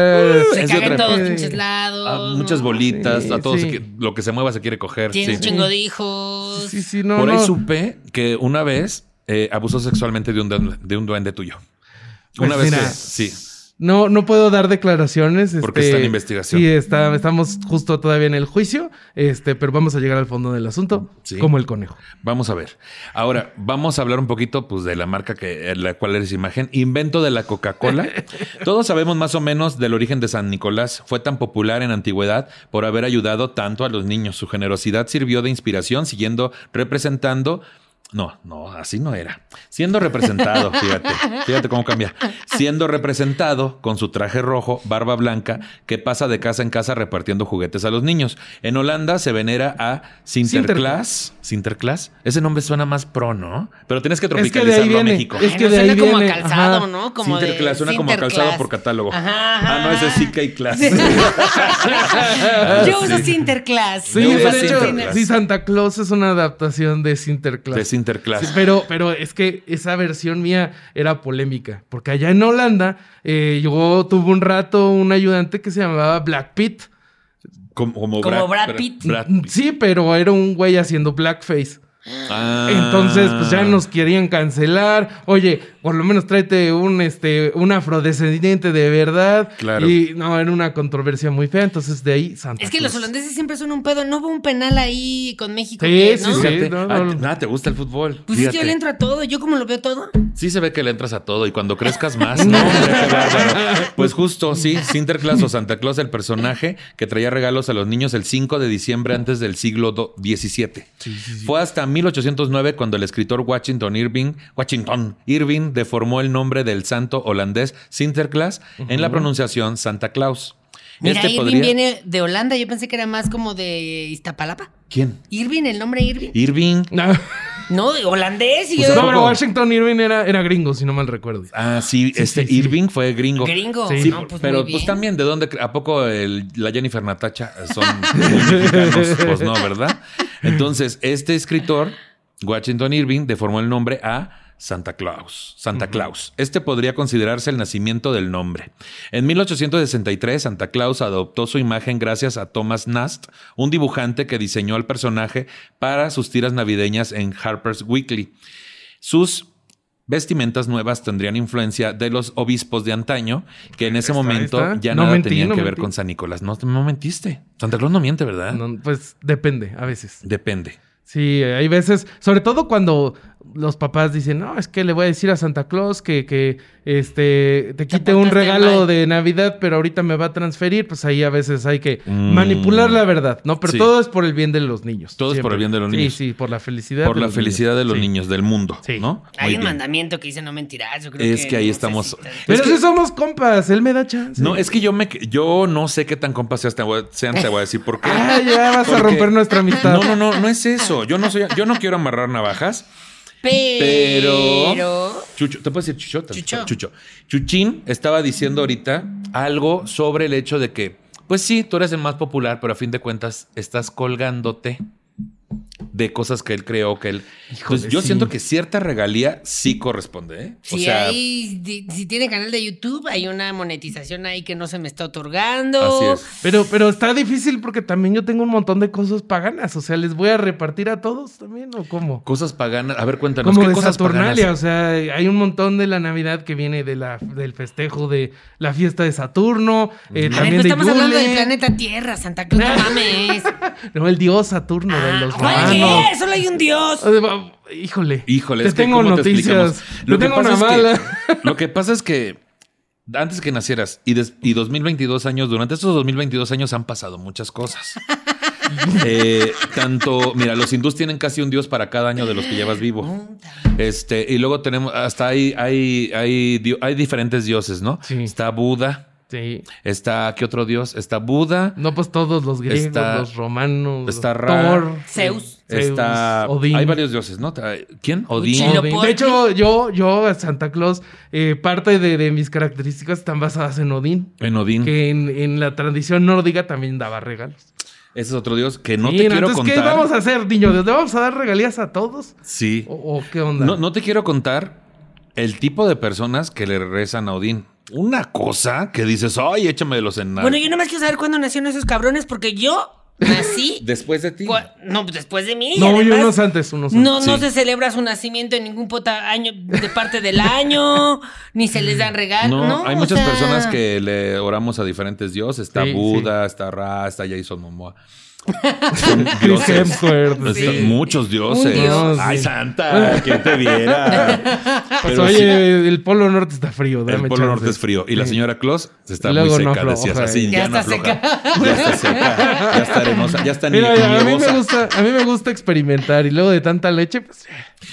Se
Es de
caga en
otra
todos
época.
pinches lados.
A
¿no?
muchas bolitas,
Sí,
a todo se
sí.
qui- lo que se mueva se quiere coger.
Tiene
sí.
un chingo de hijos.
Sí, sí, no,
Por ahí
no.
supe que una vez eh, abusó sexualmente de un, duende- de un duende tuyo.
Pues
una vez
mira.
que- sí.
No, no puedo dar declaraciones.
Porque
este,
está en investigación.
Sí, está, estamos justo todavía en el juicio, este, pero vamos a llegar al fondo del asunto,
Sí.
como el conejo.
Vamos a ver. Ahora, vamos a hablar un poquito pues, de la marca que, en la cual eres imagen. Invento de la Coca-Cola.
<laughs>
Todos sabemos más o menos del origen de San Nicolás. Fue tan popular en antigüedad por haber ayudado tanto a los niños. Su generosidad sirvió de inspiración, siguiendo representando. No, no, así no era. Siendo representado, fíjate, fíjate cómo cambia. Siendo representado con su traje rojo, barba blanca, que pasa de casa en casa repartiendo juguetes a los niños. En Holanda se venera a Sinterklaas. Sinterklaas. Ese nombre suena más pro, ¿no? Pero tienes que
Es que de
tropicalizarlo
ahí viene.
a México.
Es
Ay,
que
no
de ahí
suena como a
viene,
calzado,
ajá.
¿no? Como de
Sinterklaas suena como a calzado
Sinterklaas.
por catálogo.
Ajá, ajá,
Ah, no, ese
ajá.
sí que hay clase.
<laughs> Sí. Yo
sí.
uso Sinterklaas.
Sí,
Yo
Yo uso
de hecho,
Sinterklaas.
sí, Santa Claus es una adaptación de Sinterklaas.
De Sinterklaas.
Sí, pero, pero es que esa versión mía era polémica, porque allá en Holanda eh, yo tuve un rato un ayudante que se llamaba Black Pit.
Como, como
Como Brad Pitt.
Brad Pitt.
Sí, pero era un güey haciendo blackface.
Ah.
Entonces, pues ya nos querían cancelar. Oye, por lo menos tráete un este un afrodescendiente de verdad.
Claro.
Y no, era una controversia muy fea. Entonces, de ahí Santa
Es que los
Pues-
Claus.
holandeses siempre son un pedo. No hubo un penal ahí con México.
Sí,
que,
sí,
¿no?
sí.
Fíjate.
no,
Ah,
no.
nada, te gusta el fútbol.
Pues es
Fíjate.
que yo le entro a todo. Yo como lo veo todo.
Sí se ve que le entras a todo y cuando crezcas más, <laughs> ¿no? Hombre, qué bárbaro. <laughs> pues justo, sí, Sinterklaas o Santa Claus, el personaje que traía regalos a los niños el 5 de diciembre antes del siglo do- XVII. Fue hasta 1809 cuando el escritor Washington Irving, Washington Irving deformó el nombre del santo holandés Sinterklaas en la pronunciación Santa Claus.
Mira,
Este
Irving
podría-
viene de Holanda. Yo pensé que era más como de Iztapalapa.
¿Quién?
Irving, el nombre Irving.
Irving.
<laughs> No,
No, de holandés. Y
Pues
yo-
No,
tampoco.
pero Washington Irving era, era gringo, si no mal recuerdo.
Ah, sí, este
sí, sí.
Irving fue gringo.
Gringo.
Sí,
Sí,
No, pues
pero
muy bien.
pues también, ¿de dónde? cre- ¿A poco el- la Jennifer Natacha
<laughs>
son mexicanos? Pues no, ¿verdad? Entonces, este escritor, Washington Irving, deformó el nombre a Santa Claus. Santa Claus. Este podría considerarse el nacimiento del nombre. En 1863, Santa Claus adoptó su imagen gracias a Thomas Nast, un dibujante que diseñó al personaje para sus tiras navideñas en Harper's Weekly. Sus vestimentas nuevas tendrían influencia de los obispos de antaño, que en ese
Ahí está,
momento
ahí está.
ya
No
nada
mentí,
tenían
no
que ver
mentí.
con San Nicolás. No, no mentiste. Santa Claus no miente, ¿verdad?
No, pues depende, a veces.
Depende.
Sí, hay veces, sobre todo cuando los papás dicen, no, es que le voy a decir a Santa Claus que, que este, te quite un
portaste
regalo
mal".
de Navidad, pero ahorita me va a transferir, pues ahí a veces hay que
Mm.
manipular la verdad, ¿no? Pero
Sí.
todo es por el bien de los niños.
Todo es por el bien de los niños.
Sí, sí, por la felicidad.
Por
de
la
los
felicidad de los
Sí.
niños, del mundo.
Sí.
¿no? Muy
Hay un
bien.
mandamiento que dice no mentirás. Yo creo
Es que ahí
no
estamos-
sé si tan-
Pero
Es
si
que-
somos compas, él me da chance.
No, es que yo me yo no sé qué tan compas seas, te voy a- sean, te voy a decir por
<laughs>
qué.
Ah, ya vas a
Porque-
romper nuestra amistad.
No, no, no, no es
Ah.
eso. Yo no soy, yo no quiero amarrar navajas,
Pero.
pero Chucho, ¿te puedes decir Chucho? Te-
Chucho.
Chucho. Chuchín estaba diciendo ahorita algo sobre el hecho de que, pues sí, tú eres el más popular, pero a fin de cuentas estás colgándote de cosas que él creó que él.
Híjole,
Entonces, pues, yo
sí.
siento que cierta regalía sí corresponde, ¿eh?
Si, hay- di- si tiene canal de YouTube, hay una monetización ahí que no se me está otorgando.
así es.
Pero, pero está difícil porque también yo tengo un montón de cosas paganas. O sea, ¿les voy a repartir a todos también o cómo?
Cosas paganas. A ver, cuéntanos.
Como
¿qué
de
cosas
Saturnalia,
paganas?
o sea, hay un montón de la Navidad que viene de la, del festejo de la fiesta de Saturno, eh,
A ver,
también
pero
de
estamos hablando del
Yule.
planeta Tierra, Santa Claus,
<laughs>
no mames.
No, el dios Saturno de los
Ah, ¿cuál
romanos.
es? Solo hay un dios.
O sea, va- Híjole.
Híjole,
te
es que
tengo
¿cómo te
noticias.
explicamos?
Yo tengo una
pasa es
mala.
que- <laughs> lo que pasa es que antes que nacieras y, des- y 2022 años, durante estos 2022 años han pasado muchas cosas.
<laughs>
Eh, tanto, mira, los hindús tienen casi un dios para cada año de los que llevas vivo. Este, y luego tenemos, hasta hay, hay, hay, di- hay diferentes dioses, ¿no?
Sí.
Está Buda,
Sí.
Está, ¿qué otro dios? Está Buda.
No, pues todos los griegos,
Está-
los romanos,
está
los
Ra,
Thor,
Zeus.
Está.
Odín.
Hay varios dioses, ¿no? Tra- ¿Quién? Odín.
Uchino.
Odín.
Chilopotli.
De hecho, yo, yo a Santa Claus, eh, parte de, de mis características están basadas en Odín,
En Odín.
que en, en la tradición nórdica también daba regalos.
Ese es otro dios que no te
Mira,
quiero
entonces,
contar.
¿qué vamos a hacer, niño? ¿Le vamos a dar regalías a todos?
Sí.
¿O, o qué onda?
No, no te quiero contar el tipo de personas que le rezan a Odín. Una cosa que dices, ay, échame de los enanos.
Bueno, yo nomás quiero saber cuándo nacieron esos cabrones porque yo nací.
Después de ti.
cua- no, pues después de mí. y
No, yo
además-
unos antes, unos antes.
No, no
Sí.
se celebra su nacimiento en ningún pota año de parte del
<laughs>
año, ni se les dan regalos.
No,
Ah, No,
hay
o
muchas
sea,
personas que le oramos a diferentes dioses. Está
Sí,
Buda, está Ra, está Jason
<laughs>
Momoa.
Chris Hemsworth.
Están
sí.
muchos dioses.
Un dios.
Ay, santa, que te viera.
<laughs> Pues,
Pero
oye,
sí,
el Polo Norte está frío,
el
dame
Polo
chance.
Norte es frío. Y la
Sí.
señora Claus está
Y
muy
luego no
seca,
afloja,
decías. Así,
eh.
ya,
Ya
no
está
afloja. Ya está seca. Ya está hermosa. Ya está
Mira,
nie-
a mí me
nievosa.
gusta, a mí me gusta experimentar y luego de tanta leche, pues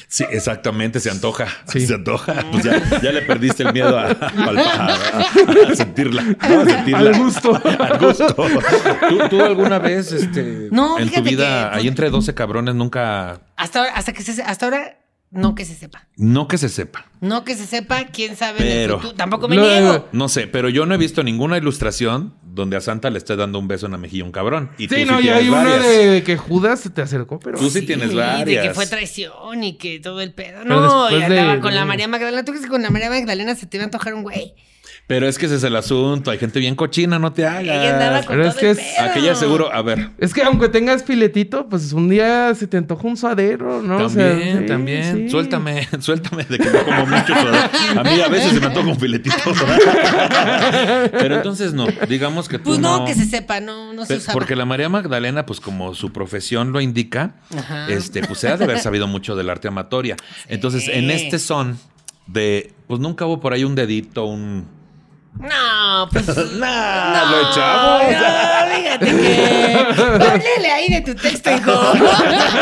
Sí, exactamente, se antoja.
Sí.
Se antoja. Pues ya, ya le perdiste el miedo a, al pajar, a- a sentirla. ¿no? <laughs> A sentirla.
al gusto.
Al gusto. ¿Tú, tú alguna vez este,
No,
en tu
fíjate
vida,
que-
ahí entre 12 cabrones, nunca.
<laughs> Hasta ahora, hasta que se, hasta ahora, no que se sepa.
No que se sepa.
No que se sepa, quién sabe.
Pero-
Pero, Tampoco me
No,
niego.
No sé, pero yo no he visto ninguna ilustración donde a Santa le esté dando un beso en la mejilla a un cabrón. Y tú
Sí, no, y
tienes
hay uno
varias.
de que Judas se te acercó, pero
Tú sí tienes varias.
De que fue traición y que todo el pedo.
Pero
No, y
después
andaba
de-
con la
de-
María Magdalena. ¿Tú crees que con la María Magdalena se te iba a antojar un güey?
Pero es que ese es el asunto. Hay gente bien cochina, no te
Ella andaba
hagas.
con
Pero
todo
es que
el
es-
pedo.
Aquella seguro, a ver.
Es que aunque tengas filetito, pues un día se te antoja un suadero, ¿no? O sea,
También,
sí,
también.
sí.
Suéltame, <laughs> suéltame de que no como mucho suadero. A mí a veces se me antoja un filetito. <laughs> Pero entonces no, digamos que tú
Pues
no.
no, que se sepa, no, no se
Pe-
usaba.
Porque la María Magdalena, pues como su profesión lo indica,
Ajá.
este, pues se ha de haber sabido mucho del arte amatoria. Entonces, en este son de, pues nunca hubo por ahí un dedito, un...
No, pues.
<laughs> Nah,
no,
lo echamos.
No,
<laughs>
fíjate que. Háblele ahí de tu texto, <laughs> hijo.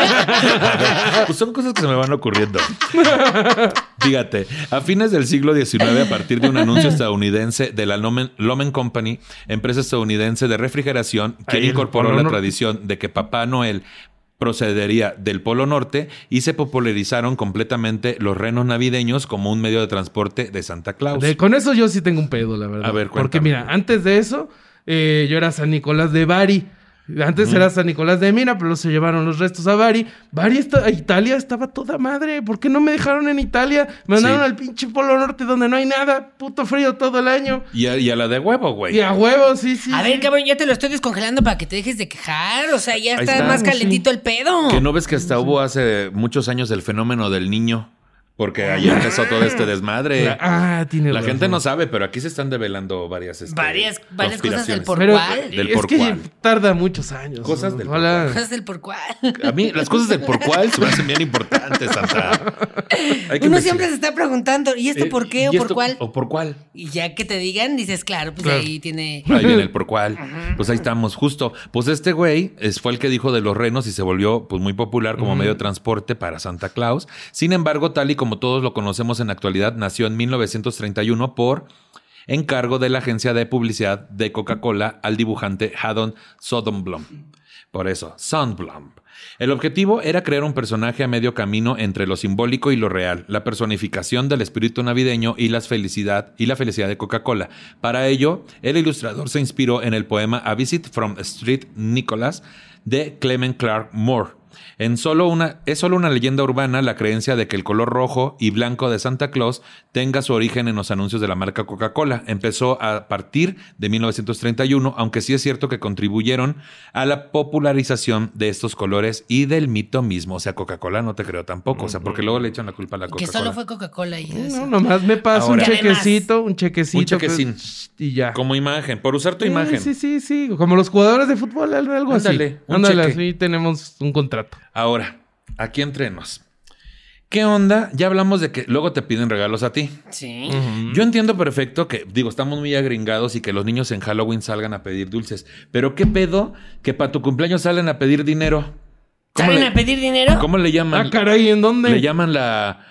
<laughs> Pues son cosas que se me van ocurriendo. Fíjate, a fines del siglo XIX, a partir de un anuncio estadounidense de la Lomen, Lomen Company, empresa estadounidense de refrigeración, que
Ahí el
incorporó
Polo
la
Norte.
tradición de que Papá Noel procedería del Polo Norte y se popularizaron completamente los renos navideños como un medio de transporte de Santa Claus.
De- con eso yo sí tengo un pedo, la verdad.
A ver,
Porque
cuéntame.
mira, antes de eso, eh, yo era San Nicolás de Bari. Antes era San Nicolás de Mina, pero se llevaron los restos a Bari. Bari, está, Italia estaba toda madre. ¿Por qué no me dejaron en Italia? Me mandaron
Sí.
al pinche Polo Norte donde no hay nada. Puto frío todo el año.
Y, a, y a la de huevo, güey.
Y a huevo, sí, sí.
A ver, cabrón, ya te lo estoy descongelando para que te dejes de quejar. O sea, ya
Ahí
está,
está.
más calentito el pedo.
Que no ves que hasta hubo hace muchos años el fenómeno del niño, porque ahí empezó todo este desmadre.
La- ah, tiene
La
razón.
gente no sabe, pero aquí se están develando varias este,
Varias- varias cosas del
conspiraciones.
por
Pero eh,
cuál.
Del
es
por
que
cuál.
tarda muchos años.
Cosas
¿no?
del
Ojalá-
Cosas del por cuál.
A mí las cosas del por cuál se me hacen bien importantes, Santa. Hay que
Uno
investigar.
siempre se está preguntando, ¿y esto
Eh,
por
¿y
qué o
esto-
por cuál?
O por cuál.
Y ya que te digan, dices, claro, pues ahí tiene.
Ahí viene el por cuál. Pues ahí estamos, justo. Pues este güey es, fue el que dijo de los renos y se volvió pues, muy popular como medio de transporte para Santa Claus. Sin embargo, tal y como todos lo conocemos en la actualidad, nació en 1931 por encargo de la agencia de publicidad de Coca-Cola al dibujante Haddon Sodenblom. Por eso, Soundblom. El objetivo era crear un personaje a medio camino entre lo simbólico y lo real, la personificación del espíritu navideño y, las felicidad, y la felicidad de Coca-Cola. Para ello, el ilustrador se inspiró en el poema A Visit from Street Nicholas de Clement Clark Moore. En solo una, es solo una leyenda urbana la creencia de que el color rojo y blanco de Santa Claus tenga su origen en los anuncios de la marca Coca-Cola. Empezó a partir de 1931, aunque sí es cierto que contribuyeron a la popularización de estos colores y del mito mismo. O sea, Coca-Cola no te creo tampoco. O sea, porque luego le echan la culpa a la
Que
Coca-Cola.
solo fue Coca-Cola y eso.
No, nomás me paso un
Ahora.
chequecito, un chequecito.
Un chequecín.
pues, Y ya.
Como imagen, por usar tu
Sí,
imagen.
Sí, sí, sí. Como los jugadores de fútbol, algo algo así.
Ándale, un
Ándale,
cheque.
así tenemos un contrato.
Ahora, aquí entrenos. ¿Qué onda? Ya hablamos de que luego te piden regalos a ti.
Sí.
Yo entiendo perfecto que, digo, estamos muy agringados y que los niños en Halloween salgan a pedir dulces. Pero qué pedo que para tu cumpleaños salen a pedir dinero. ¿Cómo
¿Salen
le-
a pedir dinero? Ah,
¿Cómo le llaman?
Ah, caray, ¿en dónde?
Le llaman la.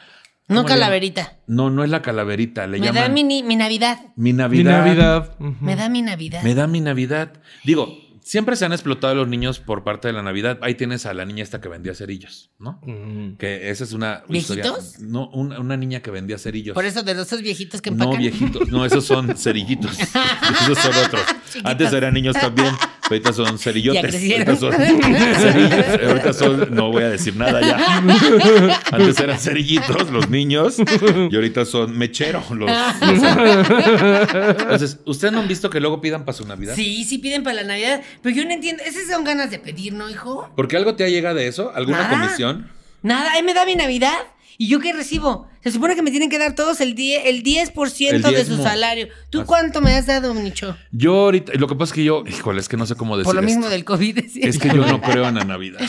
No
¿Cómo le-
calaverita.
No, no es la calaverita, le
Me da
llaman
mi, ni- mi Navidad.
mi
Mi
Navidad.
Navidad. ujú.
Me da mi Navidad.
Me da mi Navidad. Digo, siempre se han explotado a los niños por parte de la Navidad. Ahí tienes a la niña esta que vendía cerillos, ¿no?
Mm.
Que esa es una
¿Viejitos?
historia. No, una, una niña que vendía cerillos.
Por eso de los esos viejitos que
no
empacan.
viejitos, no, esos
<laughs>
son cerillitos. esos son otros.
Chiquitos.
Antes eran niños también, ahorita son cerillotes.
Ya crecieron.
Ahorita son <laughs> cerillos, ahorita son, no voy a decir nada
<laughs>
ya. Antes eran cerillitos los niños y ahorita son mecheros los, los- Entonces, ¿ustedes no han visto que luego pidan para su Navidad?
Sí, sí piden para la Navidad. Pero yo no entiendo. Esas son ganas de pedir, ¿no, hijo?
Porque algo te ha llegado de eso, alguna
Nada.
comisión.
Nada, ahí me da mi Navidad. ¿Y yo qué recibo? Se supone que me tienen que dar todos el, die- el 10%
El
de su
diezmo.
salario. ¿Tú
Así.
cuánto me has dado, Nicho?
Yo ahorita, lo que pasa es que yo, híjole, Pues es que no sé cómo decir
Por lo mismo
esto.
del COVID. decía.
Es que yo no creo en la
<laughs>
Navidad.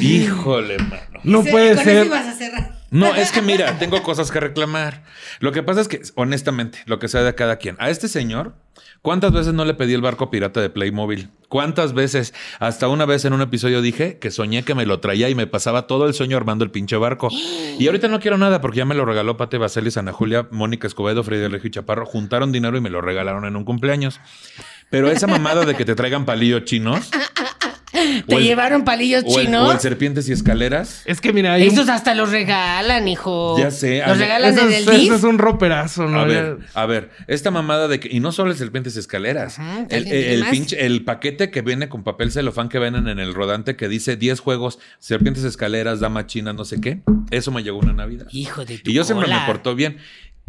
Híjole, mano.
No
Sí,
puede
con
ser.
Eso ibas a cerrar. <laughs>
No, es que mira, tengo cosas que reclamar. Lo que pasa es que, honestamente, lo que sea de cada quien. A este señor, ¿cuántas veces no le pedí el barco pirata de Playmobil? ¿Cuántas veces? Hasta una vez en un episodio dije que soñé que me lo traía y me pasaba todo el sueño armando el pinche barco. Y ahorita no quiero nada porque ya me lo regaló Pate Baselis, Ana Julia, Mónica Escobedo, Freddy Regio y Chaparro. Juntaron dinero y me lo regalaron en un cumpleaños. Pero esa mamada de que te traigan palillos chinos.
<laughs> ¿Te
o el-
llevaron palillos
o el-
chinos?
o el serpientes y escaleras.
Es que mira, hay un-
Esos hasta los regalan, hijo.
Ya sé, a
Los
ver,
regalan
eso,
desde
es,
el DIF.
eso es un roperazo, ¿no?
A
Ya-
ver, a ver, esta mamada de que, y no solo el serpientes y escaleras,
Ajá,
el,
¿tiene
el
más?
pinche, el paquete que viene con papel celofán que venden en el rodante que dice 10 juegos, serpientes, escaleras, dama china, no sé qué, eso me llegó una Navidad.
Hijo de tu
Y yo siempre me
cola.
portó bien.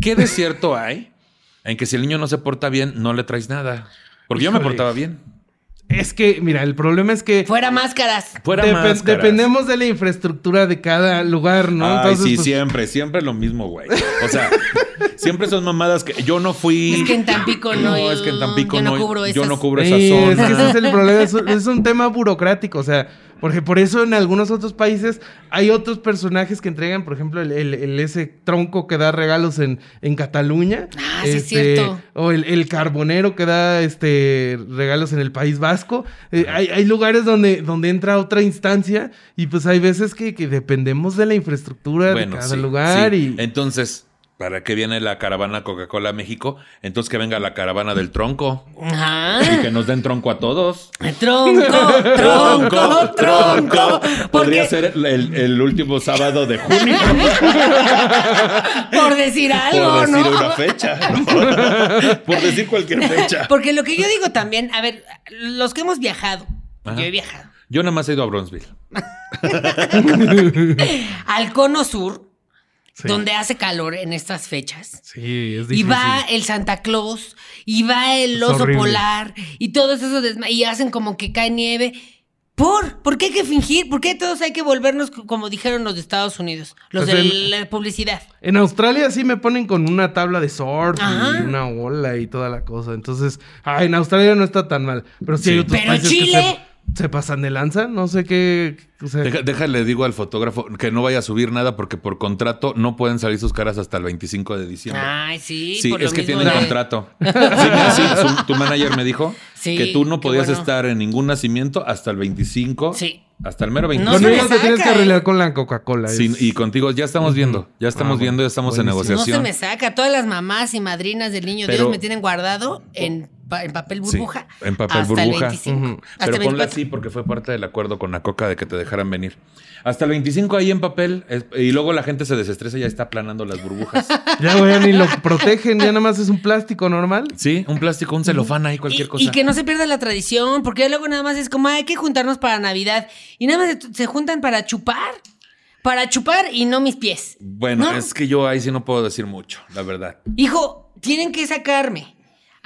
¿Qué de cierto hay en que si el niño no se porta bien, no le traes nada? Porque yo me
Híjole.
portaba bien.
Es que, mira, el problema es que
Fuera máscaras.
Fuera
depen-
máscaras.
dependemos de la infraestructura de cada lugar, ¿no?
Ay, sí,
pues,
siempre, siempre lo mismo, güey. O sea, siempre son mamadas que yo no fui.
Es que en Tampico no.
No, es que en Tampico
yo
no.
no cubro
yo
esas.
no cubro esa
Sí,
zona.
Es que ese es el problema, es un, es un tema burocrático, o sea, porque por eso en algunos otros países hay otros personajes que entregan, por ejemplo, el, el- el- ese tronco que da regalos en, en Cataluña. Este,
Ah, sí, es cierto.
O el, el carbonero que da este regalos en el País Vasco. Eh, hay, hay lugares donde, donde entra otra instancia y pues hay veces que, que dependemos de la infraestructura de cada
sí,
lugar
sí.
y...
Entonces, ¿para qué viene la caravana Coca-Cola a México? Entonces que venga la caravana del tronco y
Ajá.
que nos den tronco a
<laughs>
todos.
Eh, Tronco, tronco, tronco.
Podría
Porque,
ser el, el último sábado de junio,
por decir <laughs> algo,
por decir
¿no?
una fecha, ¿no? <laughs> por decir cualquier fecha.
Porque lo que yo digo también, a ver, los que hemos viajado,
Ajá.
yo he viajado,
Yo nada más he ido a Bronzeville.
al cono sur,
Sí.
donde hace calor en estas fechas.
Sí,
Y
es difícil.
va el Santa Claus, y va el
Es
oso
horrible.
polar, y todos esos desma- y hacen como que cae nieve. ¿Por? ¿Por qué hay que fingir? ¿Por qué todos hay que volvernos co- como dijeron los de Estados Unidos? Los
Pues
de
en-
la publicidad.
En Australia sí me ponen con una tabla de surf
Ajá.
y una ola y toda la cosa. Entonces, ah, en Australia no está tan mal. Pero sí, hay otros
Pero
países
Chile.
que se, se pasan de lanza. No sé qué. o sea,
Deja- déjale, digo al fotógrafo que no vaya a subir nada porque por contrato no pueden salir sus caras hasta el 25 de diciembre.
Ay, sí.
Sí,
por lo
es que
mismo
tienen
de- <laughs>
contrato. Sí, mira, sí, su- tu manager me dijo
Sí,
que tú no
qué
podías
bueno.
estar en ningún nacimiento hasta el 25.
Sí.
Hasta el mero
No
25.
con
se
ellos
me
te tienes que
saca,
arreglar
¿eh?
con la Coca-Cola.
Sí,
es-
y contigo ya estamos viendo, ya estamos
Ah,
viendo, ya estamos
buenísimo.
en
No se
negociación.
me saca. Todas las mamás y madrinas del niño
Pero-
Dios me tienen guardado en, pa- en papel burbuja.
en papel
hasta
burbuja.
El 25,
Ujú.
Hasta
Pero
el
ponla
24.
así porque fue parte del acuerdo con la coca de que te dejaran venir. Hasta el 25 ahí en papel es- y luego la gente se desestresa y ya está aplanando las
<laughs>
burbujas.
Ya, güey, ya ni lo protegen. Ya nada más es un plástico normal.
Sí, un plástico, un celofán ahí, cualquier
y,
cosa.
y que no se pierda la tradición, porque ya luego nada más es como, "Ah, hay que juntarnos para Navidad. Y nada más se, se juntan para chupar. Para chupar y no mis pies.
Bueno,
No.
es que yo ahí sí no puedo decir mucho, la verdad.
Hijo, tienen que sacarme.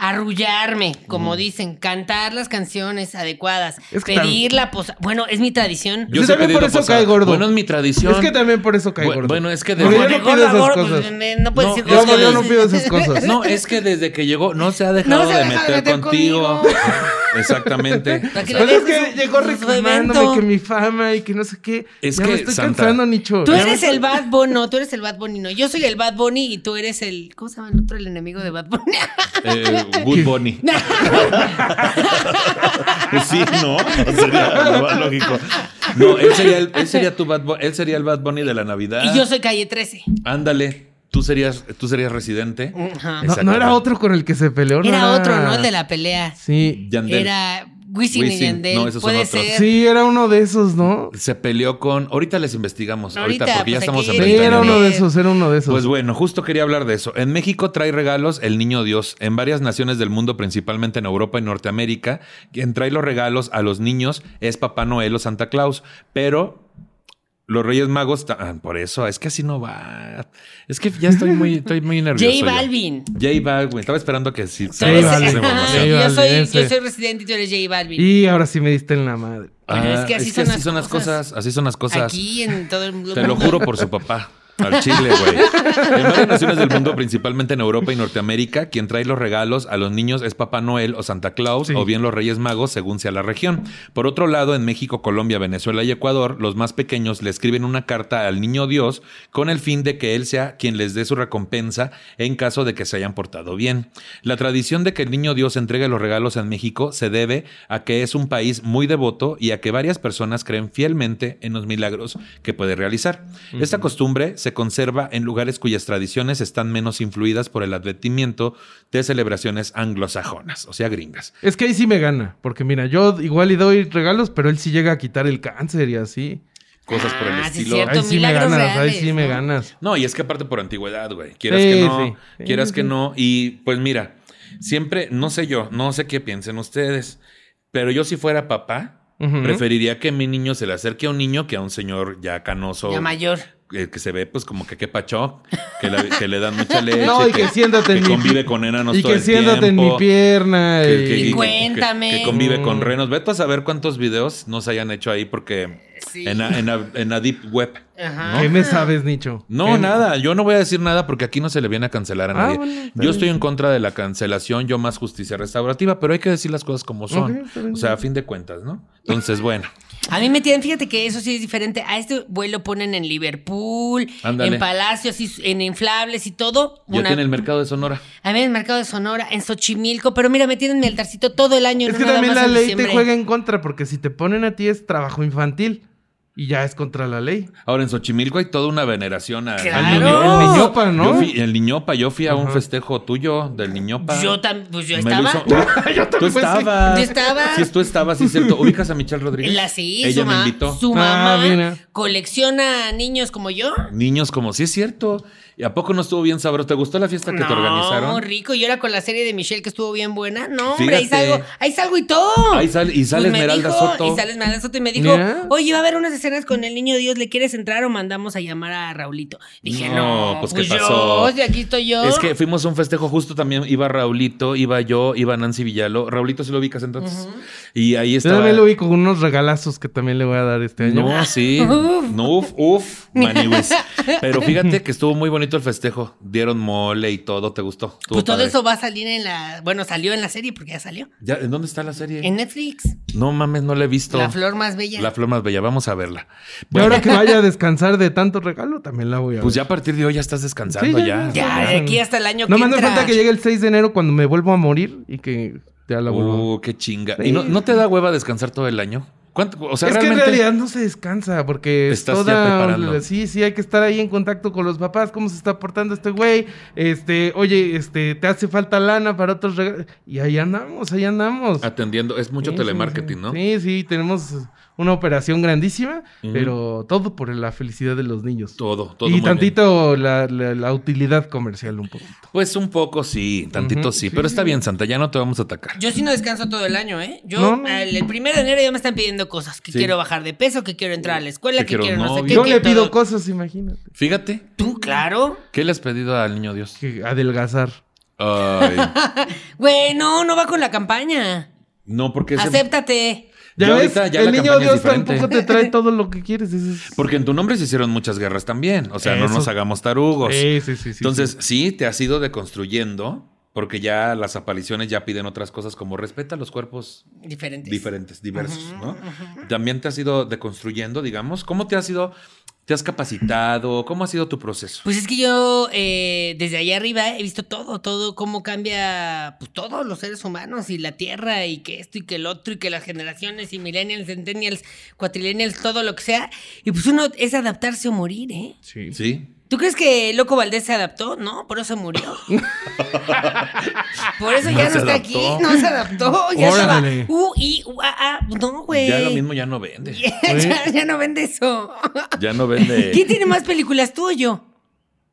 Arrullarme, como dicen, cantar las canciones adecuadas,
Es que
pedir la posa. Bueno, es mi tradición.
que
sí he
también
pedido
por eso
posada.
cae gordo.
Bueno, es mi tradición.
Es que también por eso cae
Bu-
gordo.
bueno, es que de-
Porque yo
Porque
no
gordo,
pido esas
gordo,
cosas.
pues, me- no puedes
No,
decir
yo-
cosas.
yo no
pido
<laughs>
esas cosas.
No, es que desde que llegó no se ha dejado
No se
de
ha dejado
meter
de meter
contigo.
conmigo. <laughs>
Exactamente.
Para que lo
Pero es
veas,
que
un-
llegó
un
reclamándome
evento.
que mi fama y que no sé qué.
Es
ya
que,
me estoy
Santa,
cansando, Nicho.
Tú
Ya me
eres
estoy-
el Bad Bunny, no, tú eres el Bad Bunny, no. Yo soy el Bad Bunny y tú eres el. ¿Cómo se llama el otro, el enemigo de Bad Bunny? <laughs>
Eh, good Bunny. pues sí, ¿no? Sería lo más pues, lógico. No, él sería, el, él sería tu Bad Bu- él sería el Bad Bunny de la Navidad.
Y yo soy calle 13.
Ándale, tú serías, tú serías residente.
Ajá.
No, no era otro con el que se peleó, ¿no?
Era otro, ¿no? El de la pelea.
Sí.
Yandel.
Era Wisin y
Wisin.
Yandel.
No, esos son
Puede
otros.
ser.
Sí, era uno de esos, ¿no?
Se peleó con. Ahorita les investigamos. Ahorita,
Ahorita,
porque ya
pues,
estamos
aquí-
en
Sí,
30
era
años.
uno de esos, era uno de esos.
Pues bueno, justo quería hablar de eso. En México trae regalos el Niño Dios. En varias naciones del mundo, principalmente en Europa y Norteamérica, quien trae los regalos a los niños es Papá Noel o Santa Claus. Pero los Reyes Magos, ta- ah, por eso, es que así no va. Es que ya estoy muy, estoy muy nervioso. yo.
J Balvin.
J Balvin. Estaba esperando que sí.
Tú
J
salgas
eres-
esa
<laughs>
Balvin.
información.
Ajá,
J
Yo soy,
Balvin,
yo
ese.
soy residente y tú eres J Balvin.
Y ahora sí me diste en la madre.
Bueno,
Ah,
es que así son las
las cosas.
cosas.
Así son las cosas.
Aquí en todo el mundo.
Te lo juro por su papá. Al Chile, güey. En varias naciones del mundo, principalmente en Europa y Norteamérica, quien trae los regalos a los niños es Papá Noel o Santa Claus
Sí.
o bien los Reyes Magos, según sea la región. Por otro lado, en México, Colombia, Venezuela y Ecuador, los más pequeños le escriben una carta al niño Dios con el fin de que él sea quien les dé su recompensa en caso de que se hayan portado bien. La tradición de que el niño Dios entregue los regalos en México se debe a que es un país muy devoto y a que varias personas creen fielmente en los milagros que puede realizar. Esta costumbre se conserva en lugares cuyas tradiciones están menos influidas por el advertimiento de celebraciones anglosajonas, o sea, gringas.
Es que ahí sí me gana, porque mira, yo igual y doy regalos, pero él sí llega a quitar el cáncer y así.
Cosas por el
Ah, sí,
estilo.
cierto.
Ahí sí me
milagros
ganas, ahí
reales,
sí me
¿no?
ganas.
No, y es que aparte por antigüedad, güey. Quieras
Sí,
que no,
sí. Sí,
quieras
sí.
que no. Y pues mira, siempre, no sé yo, no sé qué piensen ustedes, pero yo si fuera papá,
Ujú.
preferiría que mi niño se le acerque a un niño que a un señor ya canoso,
Ya mayor.
eh, que se ve pues como que qué pacho, que, la- que le dan mucha <laughs> leche,
No, y que siéntate
que
en mi-
convive con enanos
Y
todo
que
el
siéntate en mi
tiempo,
pierna.
que-
y-
que-
Y
que-
cuéntame.
Que, que convive con
Mm.
renos. Vete a saber cuántos videos nos hayan hecho ahí porque
Sí.
en, la- en la- en la deep web.
Ajá.
¿Qué me sabes, Nicho?
No,
¿Qué-
nada, yo no voy a decir nada porque aquí no se le viene a cancelar a
Ah,
nadie.
bueno, está
yo estoy en contra de la cancelación, yo más justicia restaurativa, pero hay que decir las cosas como son.
Ok, está bien.
o sea, a fin de cuentas, ¿no? Entonces, bueno,
A mí me tienen, fíjate que eso sí es diferente. A este vuelo lo ponen en Liverpool,
Ándale.
en palacios, y en inflables y todo.
yo
Una-
tiene el mercado de Sonora.
A mí en el mercado de Sonora, en Xochimilco, pero mira, me tienen mi altarcito todo el año.
Es
no
que
nada
también
más
la
en
ley te
diciembre.
juega en contra, porque si te ponen a ti es trabajo infantil y ya es contra la ley.
Ahora en Xochimilco hay toda una veneración a-
Claro.
al niño.
El niñopa, ¿no?
Yo fui, el niñopa, yo fui a un
Ajá.
festejo tuyo del niñopa.
Yo también, pues yo
Me lo
estaba.
hizo- <laughs> tú estabas.
Yo estaba.
Sí, tú estabas, sí, es cierto. Ubicas a Michelle Rodríguez.
La sí,
Ella
su,
me
ma-
invitó.
su
Ah,
mamá
mira.
colecciona niños como yo.
Niños como, sí es cierto. ¿Y a poco no estuvo bien sabroso? ¿Te gustó la fiesta que te organizaron?
No, rico. Y ahora con la serie de Michelle que estuvo bien buena. No, hombre, ahí
Fíjate.
salgo, ahí salgo y todo.
Ahí sale- y sale
me
Esmeralda
dijo-
Soto.
Y sale Esmeralda Soto y me dijo,
Mira.
oye, va a haber unas escenas con el niño Dios, ¿le quieres entrar o mandamos a llamar a Raulito? Dije,
No,
no,
pues,
pues,
¿qué
yo,
pasó?
si aquí estoy yo.
Es que fuimos a un festejo justo también. Iba Raulito, iba yo, iba Nancy Villalo. Raulito, si lo ubicas entonces. Y ahí
Yo
estaba.
también lo vi con unos regalazos que también le voy a dar este año.
No, sí.
Uf.
No, uf, uf, maniwis. Pero fíjate que estuvo muy bonito el festejo. Dieron mole y todo. ¿Te gustó? Estuvo
pues todo
padre.
eso va a salir en la, bueno, salió en la serie porque ya salió.
Ya, ¿En dónde está la serie?
En Netflix,
No mames, no la he visto.
La Flor Más Bella.
La flor más bella. Vamos a verla.
Y
Bueno,
ahora que vaya a descansar de tanto regalo, también la voy a
pues ya
ver.
a partir de hoy ya estás descansando
Sí,
ya.
ya, de aquí hasta el año
No
que
me
entra.
falta que llegue el 6 de enero cuando me vuelvo a morir y que ya la vuelvo.
Uh, qué chinga.
Sí.
¿Y no, no te da hueva descansar todo el año? ¿Cuánto? O sea,
es que en
realmente.
realidad no se descansa porque es
Estás ya
toda-
preparando.
sí, sí, hay que estar ahí en contacto con los papás, cómo se está portando este güey, este, oye, este, te hace falta lana para otros regalos y ahí andamos, ahí andamos.
Atendiendo, es mucho
Sí, sí,
telemarketing,
sí.
¿no?
Sí, sí, tenemos una operación grandísima,
Ujú.
pero todo por la felicidad de los niños.
Todo, todo. muy
y
bien.
tantito la, la- la utilidad comercial un poquito.
Pues un poco sí, tantito
Ujú,
sí,
sí,
pero
sí,
está
sí.
bien, Santa, ya no te vamos a atacar.
Yo sí no descanso todo el año, ¿eh? Yo,
No, no.
El, el primero de enero ya me están pidiendo cosas. Que
Sí.
quiero bajar de peso, que quiero entrar a la escuela,
Que
que,
quiero
quiero no sé
novio.
qué.
Yo
que
le pido
todo.
cosas, imagínate.
Fíjate,
Tú, claro.
¿qué le has pedido al niño Dios?
Que adelgazar. <laughs>
Ay,
Güey, no, no va con la campaña.
no, porque ese-
Acéptate.
Ya,
Ya
ves,
ahorita ya la
el niño
campaña es
Dios
diferente.
tampoco
<laughs>
te trae todo lo que quieres. eso es-
porque en tu nombre se hicieron muchas guerras también, o sea, no
Eso.
nos hagamos tarugos.
Sí, sí, sí, sí,
Entonces,
sí.
sí, te has ido deconstruyendo Porque ya las apariciones ya piden otras cosas como respeta los cuerpos
Diferentes.
diferentes, diversos, ¿no? También te has ido deconstruyendo, digamos. ¿Cómo te has ido, te has capacitado? ¿Cómo ha sido tu proceso?
Pues es que yo eh, desde allá arriba he visto todo, todo, cómo cambia pues, todos los seres humanos y la tierra y que esto y que el otro y que las generaciones y millennials, centennials, cuatrillennials, todo lo que sea. Y pues uno es adaptarse o morir, ¿eh?
Sí.
Sí.
¿Tú crees que Loco Valdés se adaptó? No, por
<laughs>
eso murió. por eso ya
No se
no está aquí,
adaptó.
no se adaptó. Ya estaba.
Órale.
U, I, U, A, A. No, güey.
Ya lo mismo ya no vende.
<laughs> ya, ya no vende eso.
Ya no
<laughs> ¿Quién
vende.
tiene más películas, tú o yo?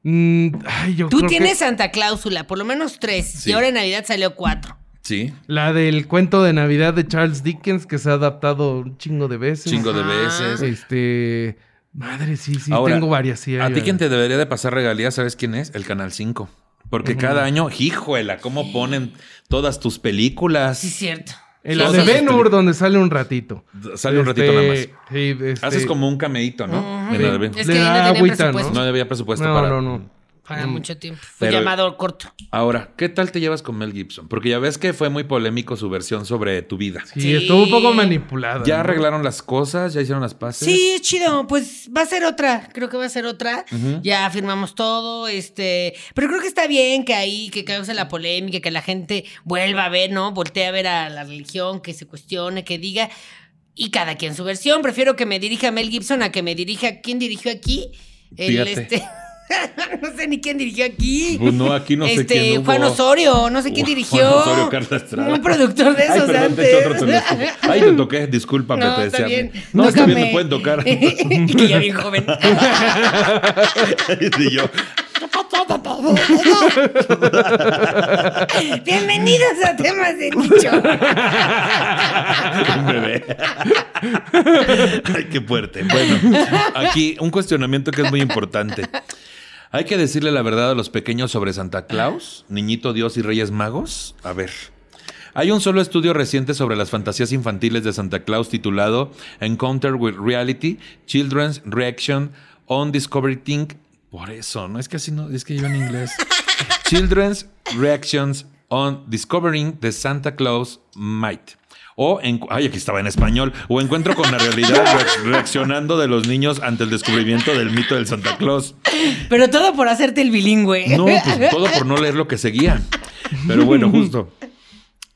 Mm, ay, yo
Tú
creo que
tienes Santa Cláusula, por lo menos tres.
Sí.
Y ahora en Navidad salió cuatro.
Sí.
La del cuento de Navidad de Charles Dickens que se ha adaptado un chingo de veces.
Chingo de
Ajá.
veces.
Este. Madre, sí, sí,
Ahora,
tengo varias. sí,
¿A
hay
ti quien
varias.
te debería de pasar regalías, sabes quién es? El Canal 5. Porque cada año, hijuela, cómo ponen todas tus películas.
Sí, cierto.
En la
Todas
de
esas
Ben-Hur,
películas.
donde sale un ratito.
Sale un
Este,
ratito nada más.
sí, este,
Haces como un cameíto, ¿no?
Ujú.
En la de Ben.
Es
Le
que ahí Este no
da
tenían
agüita,
presupuesto
No había presupuesto
No,
para.
no, no.
para
Mm.
mucho tiempo. Fue
Pero-
llamado corto.
Ahora, ¿qué tal te llevas con Mel Gibson? Porque ya ves que fue muy polémico su versión sobre tu vida.
Sí,
Sí.
estuvo un poco manipulada.
Ya
¿no?
arreglaron las cosas, ya hicieron las paces.
Sí, es chido. Pues va a ser otra. Creo que va a ser otra. Ya firmamos todo. Este. Pero creo que está bien que ahí, que cause la polémica, que la gente vuelva a ver, ¿no? Voltea a ver a la religión, que se cuestione, que diga. Y cada quien su versión. Prefiero que me dirija Mel Gibson a que me dirija. ¿Quién dirigió aquí? El
Fíjate.
este. <laughs> no sé ni quién dirigió aquí.
Pues no, aquí no sé
este,
quién hubo.
Juan Osorio, no sé quién
Juan
dirigió.
Osorio, Carla Estrada.
Un productor de
Ay,
esos
perdón, te
antes.
eché otro teléfono. Ay, te toqué, discúlpame,
No,
te
está
decía.
bien.
No, está bien,
Tócame.
me pueden
<laughs>
tocar. <laughs>
<laughs> y que ya bien joven.
y yo,
<laughs> Bienvenidos a temas de nicho.
<laughs> un bebé. Ay, qué fuerte. Bueno, aquí un cuestionamiento que es muy importante. ¿Hay que decirle la verdad a los pequeños sobre Santa Claus, Niñito Dios y Reyes Magos? A ver. Hay un solo estudio reciente sobre las fantasías infantiles de Santa Claus titulado Encounter with Reality: Children's Reaction on Discovery Think. Por eso, no es que así no, es que yo en inglés. Children's Reactions on Discovering the Santa Claus Might. O, en, ay, aquí estaba en español. O encuentro con la realidad re- reaccionando de los niños ante el descubrimiento del mito del Santa Claus.
<laughs> Pero todo por hacerte el bilingüe.
No,
<laughs>
pues todo por no leer lo que seguía. Pero bueno, justo.